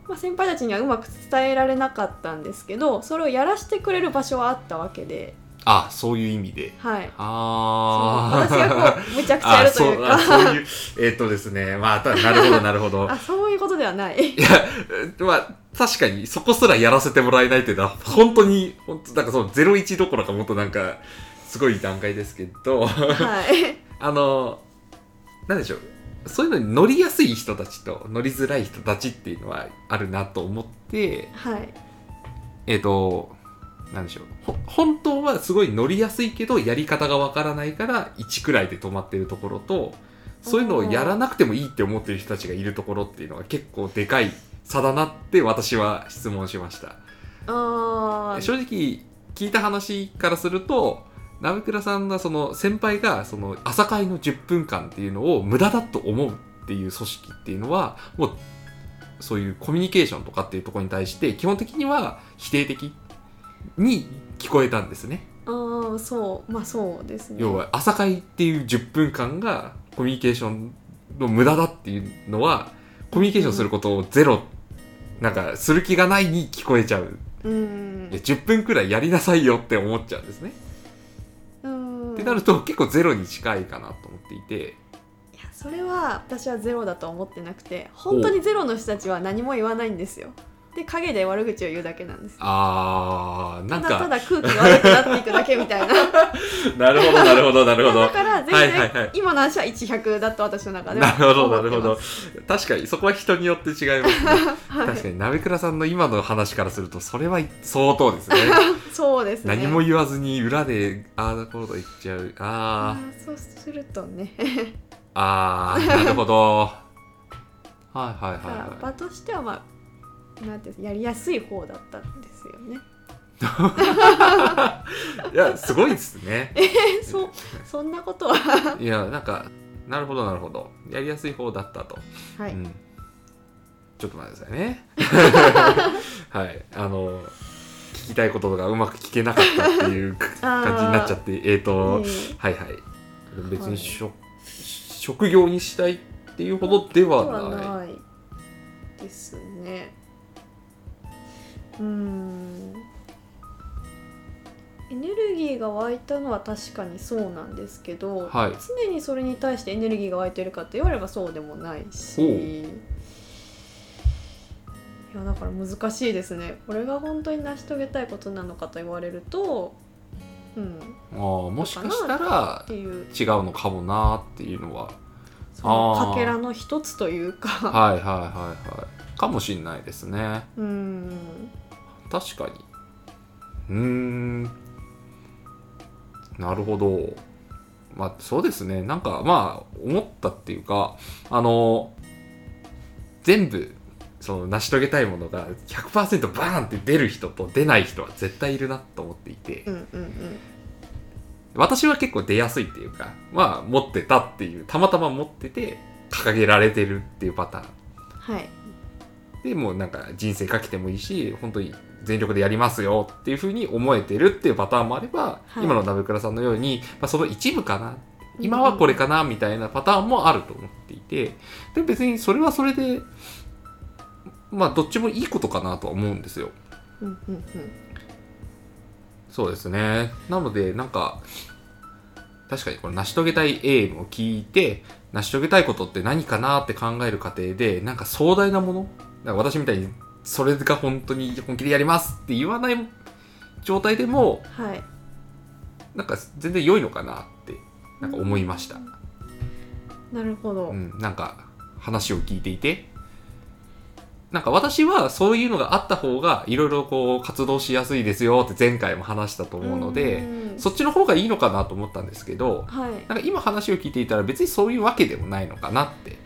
[SPEAKER 1] まあ、先輩たちにはうまく伝えられなかったんですけどそれをやらせてくれる場所はあったわけで、
[SPEAKER 2] いあそういう意味で
[SPEAKER 1] はい、その
[SPEAKER 2] ああ
[SPEAKER 1] 私がこうむちゃくちゃや
[SPEAKER 2] あ
[SPEAKER 1] ると
[SPEAKER 2] そ
[SPEAKER 1] いうう
[SPEAKER 2] あ
[SPEAKER 1] か
[SPEAKER 2] そういうえっ、とですねまあたなるほどなるほ ど
[SPEAKER 1] あそういうことでは ない
[SPEAKER 2] いやえまあ確かにそこすらやらせてもらえないっていうのは本当に本当なんかその01どころかもっとなんかすごい段階ですけ
[SPEAKER 1] は
[SPEAKER 2] ど
[SPEAKER 1] い
[SPEAKER 2] あのなんでしょうそういうのに乗りやすい人たちと乗りづらい人たちっていうのはあるなと思って
[SPEAKER 1] はい
[SPEAKER 2] えっ、となんでしょうほ本当はすごい乗りやすいけどやり方がわからないから1くらいで止まってるところとそういうのをやらなくてもいいって思ってる人たちがいるところっていうのが結構でかい差だなって私は質問しました。
[SPEAKER 1] あー
[SPEAKER 2] 正直聞いた話からするとナベクラさんがその先輩がその朝会の10分間っていうのを無駄だと思うっていう組織っていうのはもうそういうコミュニケーションとかっていうところに対して基本的には否定的に聞こえたんですね。
[SPEAKER 1] あーそうまあそうですね
[SPEAKER 2] 要は朝会っていう10分間がコミュニケーションの無駄だっていうのはコミュニケーションすることをゼロなんかする気がないに聞こえちゃう
[SPEAKER 1] うん
[SPEAKER 2] いや10分くらいやりなさいよって思っちゃうんですね。
[SPEAKER 1] うん
[SPEAKER 2] ってなると結構ゼロに近いかなと思っていて
[SPEAKER 1] いやそれは私はゼロだと思ってなくて本当にゼロの人たちは何も言わないんですよで陰で悪口を言うだけなんです
[SPEAKER 2] あー
[SPEAKER 1] た
[SPEAKER 2] なん
[SPEAKER 1] だた
[SPEAKER 2] か
[SPEAKER 1] だ空気が悪くなっていくだけみたいな
[SPEAKER 2] なるほどなるほどな るほど
[SPEAKER 1] だから全然、
[SPEAKER 2] はいはいはい
[SPEAKER 1] 今の話は100だと私の中では
[SPEAKER 2] なるほどなるほ
[SPEAKER 1] 思っ
[SPEAKER 2] ど
[SPEAKER 1] てます
[SPEAKER 2] 確かにそこは人によって違いますね
[SPEAKER 1] はい
[SPEAKER 2] 確かに鍋倉さんの今の話からするとそれは相当ですね
[SPEAKER 1] そうですね
[SPEAKER 2] 何も言わずに裏でああだこうだ言っちゃうあー
[SPEAKER 1] あーそうするとね
[SPEAKER 2] あーなるほどはいはい
[SPEAKER 1] だから
[SPEAKER 2] はいは
[SPEAKER 1] 場としてはまあなんていうんですかやりやすい方だったんですよね
[SPEAKER 2] いいやすごいです ね
[SPEAKER 1] えそそんなことははい
[SPEAKER 2] やなんかなるほどなるほどやりやすい方だったと
[SPEAKER 1] い、
[SPEAKER 2] うん、ちょっと待ってくださ いねはいあの聞きたいことがうまく聞けなかったっ ていう
[SPEAKER 1] あー
[SPEAKER 2] 感じになっちゃってえっ、と、
[SPEAKER 1] いえいえ
[SPEAKER 2] はいはい別
[SPEAKER 1] は
[SPEAKER 2] に
[SPEAKER 1] い
[SPEAKER 2] しょ、職業にしたいっていうほどでは
[SPEAKER 1] で
[SPEAKER 2] ない
[SPEAKER 1] はないですねうーんエネルギーが湧いたのは確かにそうなんですけど、
[SPEAKER 2] はい
[SPEAKER 1] 常にそれに対してエネルギーが湧いてるかって言わればそうでもない
[SPEAKER 2] ほう
[SPEAKER 1] しいやだから難しいですねこれが本当に成し遂げたいことなのかと言われるとうんっ
[SPEAKER 2] あーもしかしたら
[SPEAKER 1] ていう
[SPEAKER 2] 違うのかもなーっていうのは
[SPEAKER 1] その
[SPEAKER 2] あー
[SPEAKER 1] かけらの一つというか
[SPEAKER 2] はいはいはいはいかもしんないですね
[SPEAKER 1] うん
[SPEAKER 2] 確かにうーんなるほどまあそうですねなんかまあ思ったっていうかあの全部その成し遂げたいものが100%バーンって出る人と出ない人は絶対いるなと思っていて
[SPEAKER 1] うんうんうん
[SPEAKER 2] 私は結構出やすいっていうかまあ持ってたっていうたまたま持ってて掲げられてるっていうパターン
[SPEAKER 1] はい
[SPEAKER 2] でもうなんか人生かけてもいいし本当に全力でやりますよっていうふうに思えてるっていうパターンもあれば、
[SPEAKER 1] はい
[SPEAKER 2] 今の鍋倉さんのように、まあ、その一部かな今はこれかなみたいなパターンもあると思っていてで別にそれはそれでまあどっちもいいことかなとは思うんですよ。
[SPEAKER 1] うんうんうん
[SPEAKER 2] そうですねなのでなんか確かにこの成し遂げたいエイムを聞いて成し遂げたいことって何かなって考える過程でなんか壮大なものなんか私みたいにそれが本当に本気でやりますって言わない状態でも
[SPEAKER 1] はい
[SPEAKER 2] なんか全然良いのかなってなんか思いました、
[SPEAKER 1] なるほど、
[SPEAKER 2] うん、なんか話を聞いていてなんか私はそういうのがあった方がいろいろこう活動しやすいですよって前回も話したと思うので、
[SPEAKER 1] うん
[SPEAKER 2] そっちの方がいいのかなと思ったんですけど、
[SPEAKER 1] はい
[SPEAKER 2] なんか今話を聞いていたら別にそういうわけでもないのかなって。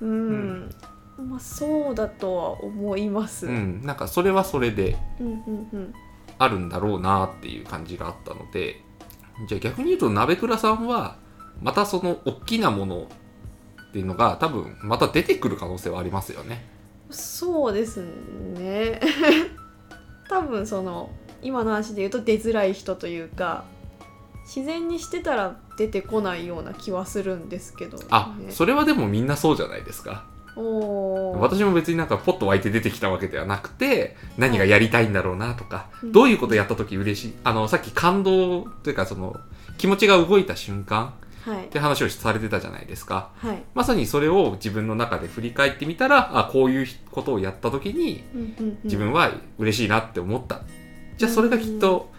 [SPEAKER 1] うん、まあそうだとは思います、
[SPEAKER 2] う
[SPEAKER 1] うん、
[SPEAKER 2] ん。なんかそれはそれで
[SPEAKER 1] うんうんうん
[SPEAKER 2] あるんだろうなっていう感じがあったので、じゃあ逆に言うと、鍋倉さんは、またその大きなものっていうのが多分また出てくる可能性はありますよね。
[SPEAKER 1] そうですね 多分その今の話で言うと出づらい人というか自然にしてたら出てこないような気はするんですけど、ね、
[SPEAKER 2] あそれはでもみんなそうじゃないですか
[SPEAKER 1] おー
[SPEAKER 2] 私も別になんかポッと湧いて出てきたわけではなくて何がやりたいんだろうなとか、
[SPEAKER 1] うん
[SPEAKER 2] どういうことやった時嬉しいあのさっき感動というかその気持ちが動いた瞬間
[SPEAKER 1] はい
[SPEAKER 2] って話をされてたじゃないですか
[SPEAKER 1] はい、
[SPEAKER 2] まさにそれを自分の中で振り返ってみたらあこういうことをやった時に
[SPEAKER 1] うんうんうん
[SPEAKER 2] 自分は嬉しいなって思った、じゃあそれがきっと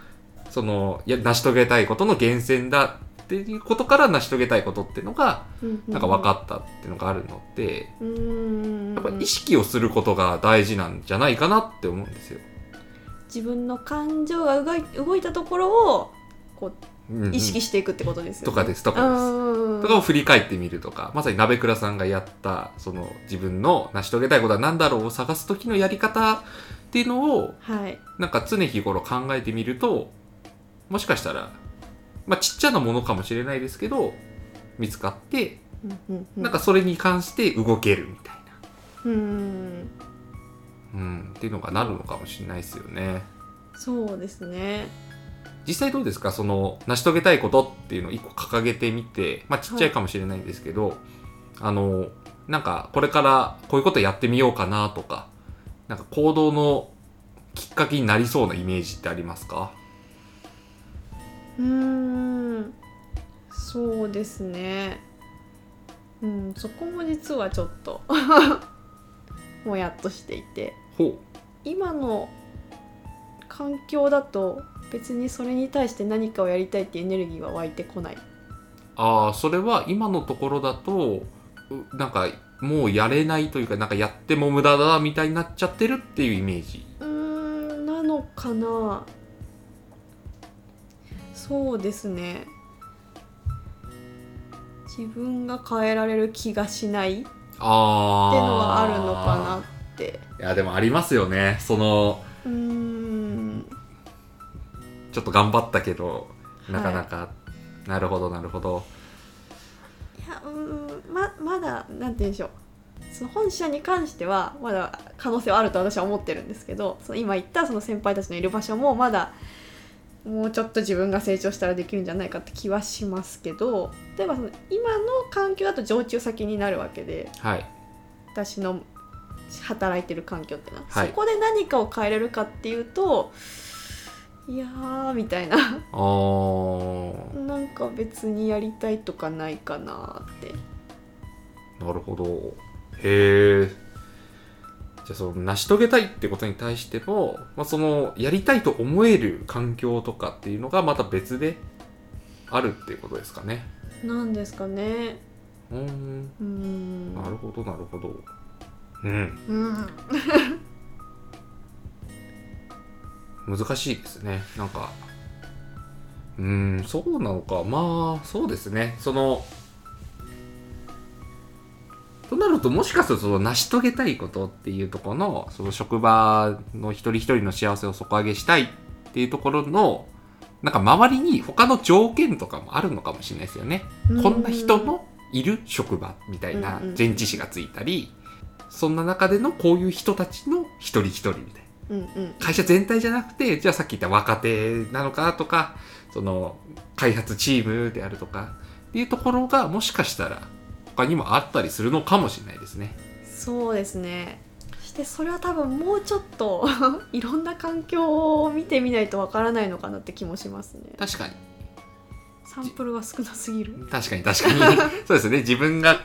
[SPEAKER 2] そのいや成し遂げたいことの源泉だっていうことから成し遂げたいことっていうのがなんか分かったっていうのがあるので、
[SPEAKER 1] うーん
[SPEAKER 2] やっぱ意識をすることが大事なんじゃないかなって思うんですよ。
[SPEAKER 1] 自分の感情が動い動いたところをこ
[SPEAKER 2] うんう
[SPEAKER 1] うん意識していくってことですよね。
[SPEAKER 2] とかですと
[SPEAKER 1] う
[SPEAKER 2] かです。
[SPEAKER 1] ん
[SPEAKER 2] とかを振り返ってみるとかまさに鍋倉さんがやったその自分の成し遂げたいことは何だろうを探す時のやり方っていうのを
[SPEAKER 1] はい
[SPEAKER 2] なんか常日頃考えてみるともしかしたら、まあ、ちっちゃなものかもしれないですけど見つかって
[SPEAKER 1] うんうんうん
[SPEAKER 2] なんかそれに関して動けるみたいな、
[SPEAKER 1] うん
[SPEAKER 2] うん、っていうのがなるのかもしれないですよね。
[SPEAKER 1] そうですね。
[SPEAKER 2] 実際どうですかその成し遂げたいことっていうのを一個掲げてみて、まあ、ちっちゃいかもしれないんですけど、あのなんかこれからこういうことやってみようかなとかなんか行動のきっかけになりそうなイメージってありますか
[SPEAKER 1] うーんそうですね。うんそこも実はちょっと もやっとしていて
[SPEAKER 2] ほ
[SPEAKER 1] 今の環境だと別にそれに対して何かをやりたいっていうエネルギーは湧いてこない。
[SPEAKER 2] うああそれは今のところだとうなんかもうやれないというかなんかやっても無駄だみたいになっちゃってるっていうイメージ
[SPEAKER 1] うーんなのかなそうですね自分が変えられる気がしないって
[SPEAKER 2] ああ
[SPEAKER 1] のはあるのかなって
[SPEAKER 2] ないやでもありますよねその
[SPEAKER 1] うーん
[SPEAKER 2] ちょっと頑張ったけど
[SPEAKER 1] い
[SPEAKER 2] なかなか、なるほどなるほど
[SPEAKER 1] いやうーんままだなんて言うんでしょうその本社に関してはまだ可能性はあると私は思ってるんですけどその今言ったその先輩たちのいる場所もまだもうちょっと自分が成長したらできるんじゃないかって気はしますけど例えばその今の環境だと常駐先になるわけで
[SPEAKER 2] はい
[SPEAKER 1] 私の働いてる環境ってな、
[SPEAKER 2] はい
[SPEAKER 1] そこで何かを変えれるかっていうといやーみたいな
[SPEAKER 2] あー
[SPEAKER 1] なんか別にやりたいとかないかなって。
[SPEAKER 2] なるほどへえじゃあその成し遂げたいってことに対しても、まあ、そのやりたいと思える環境とかっていうのがまた別であるっていうことですかね
[SPEAKER 1] なんですかね。
[SPEAKER 2] うーん
[SPEAKER 1] うーん。
[SPEAKER 2] なるほどなるほどう
[SPEAKER 1] う
[SPEAKER 2] ん
[SPEAKER 1] ん。
[SPEAKER 2] 難しいですねなんかうーんそうなのかまあそうですねそのとなるともしかするとその成し遂げたいことっていうところのその職場の一人一人の幸せを底上げしたいっていうところのなんか周りに他の条件とかもあるのかもしれないですよね。こんな人のいる職場みたいな
[SPEAKER 1] うんうん
[SPEAKER 2] 前置詞がついたりそんな中でのこういう人たちの一人一人みたいな。
[SPEAKER 1] うんうん。
[SPEAKER 2] 会社全体じゃなくてじゃあさっき言った若手なのかとかその開発チームであるとかっていうところがもしかしたら他にもあったりするのかもしれないですね。
[SPEAKER 1] そうですね。そしてそれは多分もうちょっと いろんな環境を見てみないとわからないのかなって気もしますね。
[SPEAKER 2] 確かに
[SPEAKER 1] サンプルが少なすぎる。
[SPEAKER 2] 確かに確かに そうですね自分が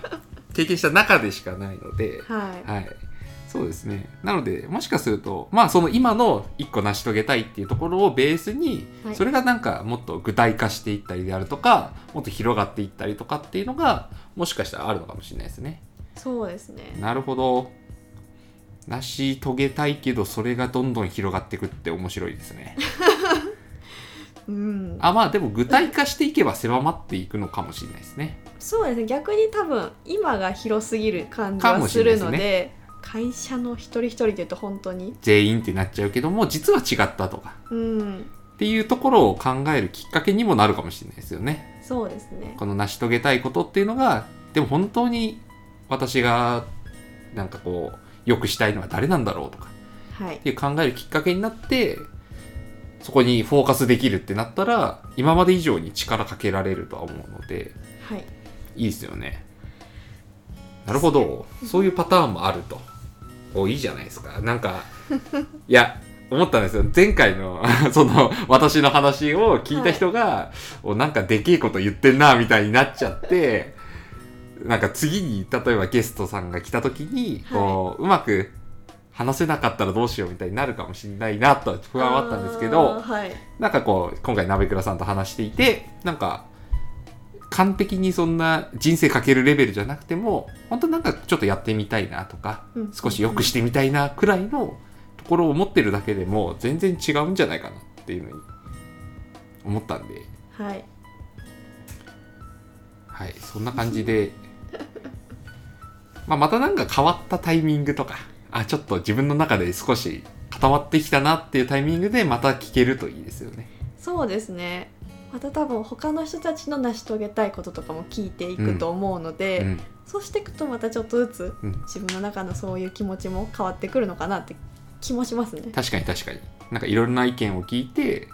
[SPEAKER 2] 経験した中でしかないので、
[SPEAKER 1] は
[SPEAKER 2] はい、そうですねなのでもしかするとまあその今の一個成し遂げたいっていうところをベースに、
[SPEAKER 1] はい
[SPEAKER 2] それがなんかもっと具体化していったりであるとかもっと広がっていったりとかっていうのがもしかしたらあるのかもしれないですね。
[SPEAKER 1] い。そうですね。
[SPEAKER 2] なるほど。成し遂げたいけどそれがどんどん広がっていくって面白いですね。
[SPEAKER 1] うん。
[SPEAKER 2] あまあでも具体化していけば狭まっていくのかもしれないですね。
[SPEAKER 1] そうですね。逆に多分今が広すぎる感じ
[SPEAKER 2] か
[SPEAKER 1] は
[SPEAKER 2] もし
[SPEAKER 1] する
[SPEAKER 2] れないです
[SPEAKER 1] の
[SPEAKER 2] ね
[SPEAKER 1] で、会社の一人一人で言うと本当に。
[SPEAKER 2] 全員ってなっちゃうけども実は違ったとか
[SPEAKER 1] うん。
[SPEAKER 2] っていうところを考えるきっかけにもなるかもしれないですよね。
[SPEAKER 1] そうですね。
[SPEAKER 2] この成し遂げたいことっていうのがでも本当に私がなんかこう良くしたいのは誰なんだろうとか
[SPEAKER 1] はい
[SPEAKER 2] っ、ていう考えるきっかけになってそこにフォーカスできるってなったら今まで以上に力かけられるとは思うので
[SPEAKER 1] はい、
[SPEAKER 2] いいですよねなるほどそういうパターンもあるとおいいじゃないですかなんかいや思ったんですよ前回の その私の話を聞いた人が、おなんかでけえこと言ってんなみたいになっちゃってなんか次に例えばゲストさんが来た時にこう、うまく話せなかったらどうしようみたいになるかもしれないなと不安はあったんですけど
[SPEAKER 1] あーはい、
[SPEAKER 2] なんかこう今回鍋倉さんと話していてなんか完璧にそんな人生かけるレベルじゃなくても本当なんかちょっとやってみたいなとか
[SPEAKER 1] うん
[SPEAKER 2] 少し良くしてみたいなくらいのところを持ってるだけでも全然違うんじゃないかなっていうのに思ったんで、
[SPEAKER 1] はい、
[SPEAKER 2] はい、そんな感 じで、まあ、またなんか変わったタイミングとかあちょっと自分の中で少し固まってきたなっていうタイミングでまた聞けるといいですよね。
[SPEAKER 1] そうですねまた多分他の人たちの成し遂げたいこととかも聞いていくと思うので、
[SPEAKER 2] うん
[SPEAKER 1] そうしていくとまたちょっとずつ
[SPEAKER 2] うん
[SPEAKER 1] 自分の中のそういう気持ちも変わってくるのかなって気もしますね。
[SPEAKER 2] 確かに確かになんかいろんな意見を聞いて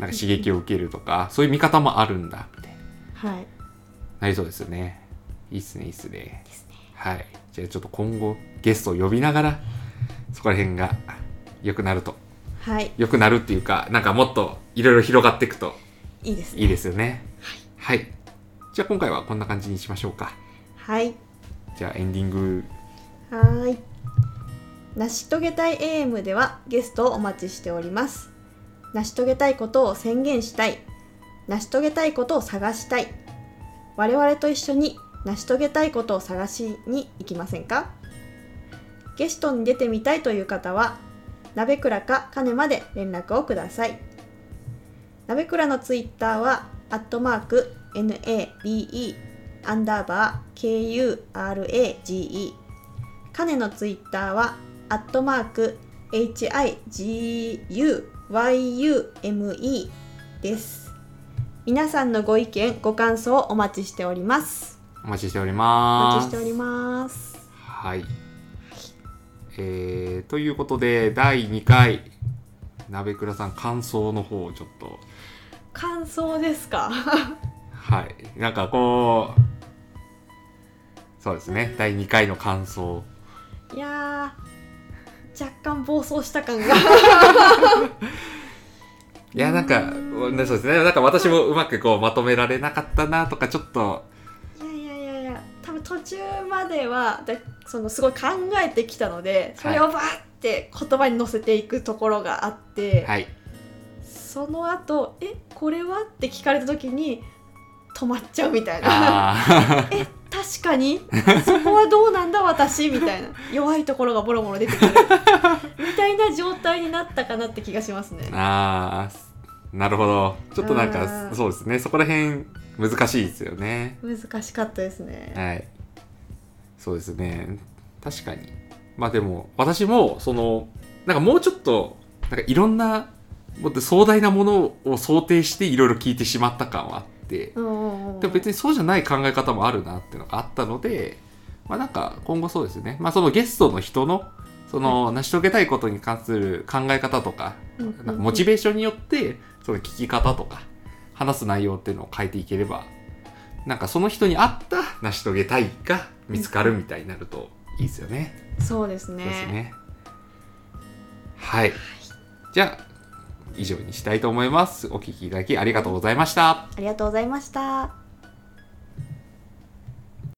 [SPEAKER 2] なんか刺激を受けるとかそういう見方もあるんだみたいな
[SPEAKER 1] はい、
[SPEAKER 2] なりそうですよねいいっすねいいっすね
[SPEAKER 1] ですね。
[SPEAKER 2] はいじゃあちょっと今後ゲストを呼びながらそこら辺が良くなると
[SPEAKER 1] はい、
[SPEAKER 2] 良くなるっていうかなんかもっといろいろ広がっていくと
[SPEAKER 1] いいですね。
[SPEAKER 2] いいですよねはい、じゃあ今回はこんな感じにしましょうか
[SPEAKER 1] はい、
[SPEAKER 2] じゃあエンディング
[SPEAKER 1] はーい。成し遂げたい AM ではゲストをお待ちしております。成し遂げたいことを宣言したい。成し遂げたいことを探したい。我々と一緒に成し遂げたいことを探しに行きませんかゲストに出てみたいという方は、鍋倉かカネまで連絡をください。鍋倉のツイッターは、アットマーク、NABE、アンダーバー、KURAGE。カネのツイッターは、アットマーク、HIGUYUME です。皆さんのご意見、ご感想をお待ちしております。
[SPEAKER 2] お待ちしており
[SPEAKER 1] お
[SPEAKER 2] ます
[SPEAKER 1] 待ちしております。
[SPEAKER 2] はい。えー、ということで、第2回、鍋倉さん、感想の方をちょっと、
[SPEAKER 1] 感想ですか
[SPEAKER 2] はい。なんかこう、そうですね、第2回の感想。
[SPEAKER 1] いやー、若干暴走した 感が。
[SPEAKER 2] いや、なんか、ねそうですね、なんか私もうまくこうまとめられなかったなとか、ちょっと、
[SPEAKER 1] いやいやいやいや多分途中まではでそのすごい考えてきたのでそれをバーって言葉に乗せていくところがあって、
[SPEAKER 2] はい。
[SPEAKER 1] その後えこれは?」って聞かれた時に止まっちゃうみたいな
[SPEAKER 2] あ
[SPEAKER 1] 「え 確かにそこはどうなんだ私」みたいな弱いところがボロボロ出て くるみたいな状態になったかなって気がしますね
[SPEAKER 2] ー、。 あー、なるほど。ちょっとなん
[SPEAKER 1] う
[SPEAKER 2] か、
[SPEAKER 1] ん
[SPEAKER 2] そうですね、そこら辺、難しいですよね。
[SPEAKER 1] 難しかったですね。
[SPEAKER 2] はい。そうですね。確かに。まあでも、私も、その、なんかもうちょっと、なんかいろんな、もっと壮大なものを想定していろいろ聞いてしまった感はあって、で
[SPEAKER 1] で
[SPEAKER 2] も別にそうじゃない考え方もあるなっていうのがあったので、まあなんか今後そうですね。まあそのゲストの人の、その成し遂げたいことに関する考え方とか、
[SPEAKER 1] に
[SPEAKER 2] なんかモチベーションによってその聞き方とか話す内容っていうのを変えていければなんかその人に合った成し遂げたいが見つかるみたいになるといいですよね。
[SPEAKER 1] そうです
[SPEAKER 2] そうです
[SPEAKER 1] ね。
[SPEAKER 2] ね。はい。じゃあ以上にしたいと思います。お聞きいただきありがとうございました。
[SPEAKER 1] ありがとうございました。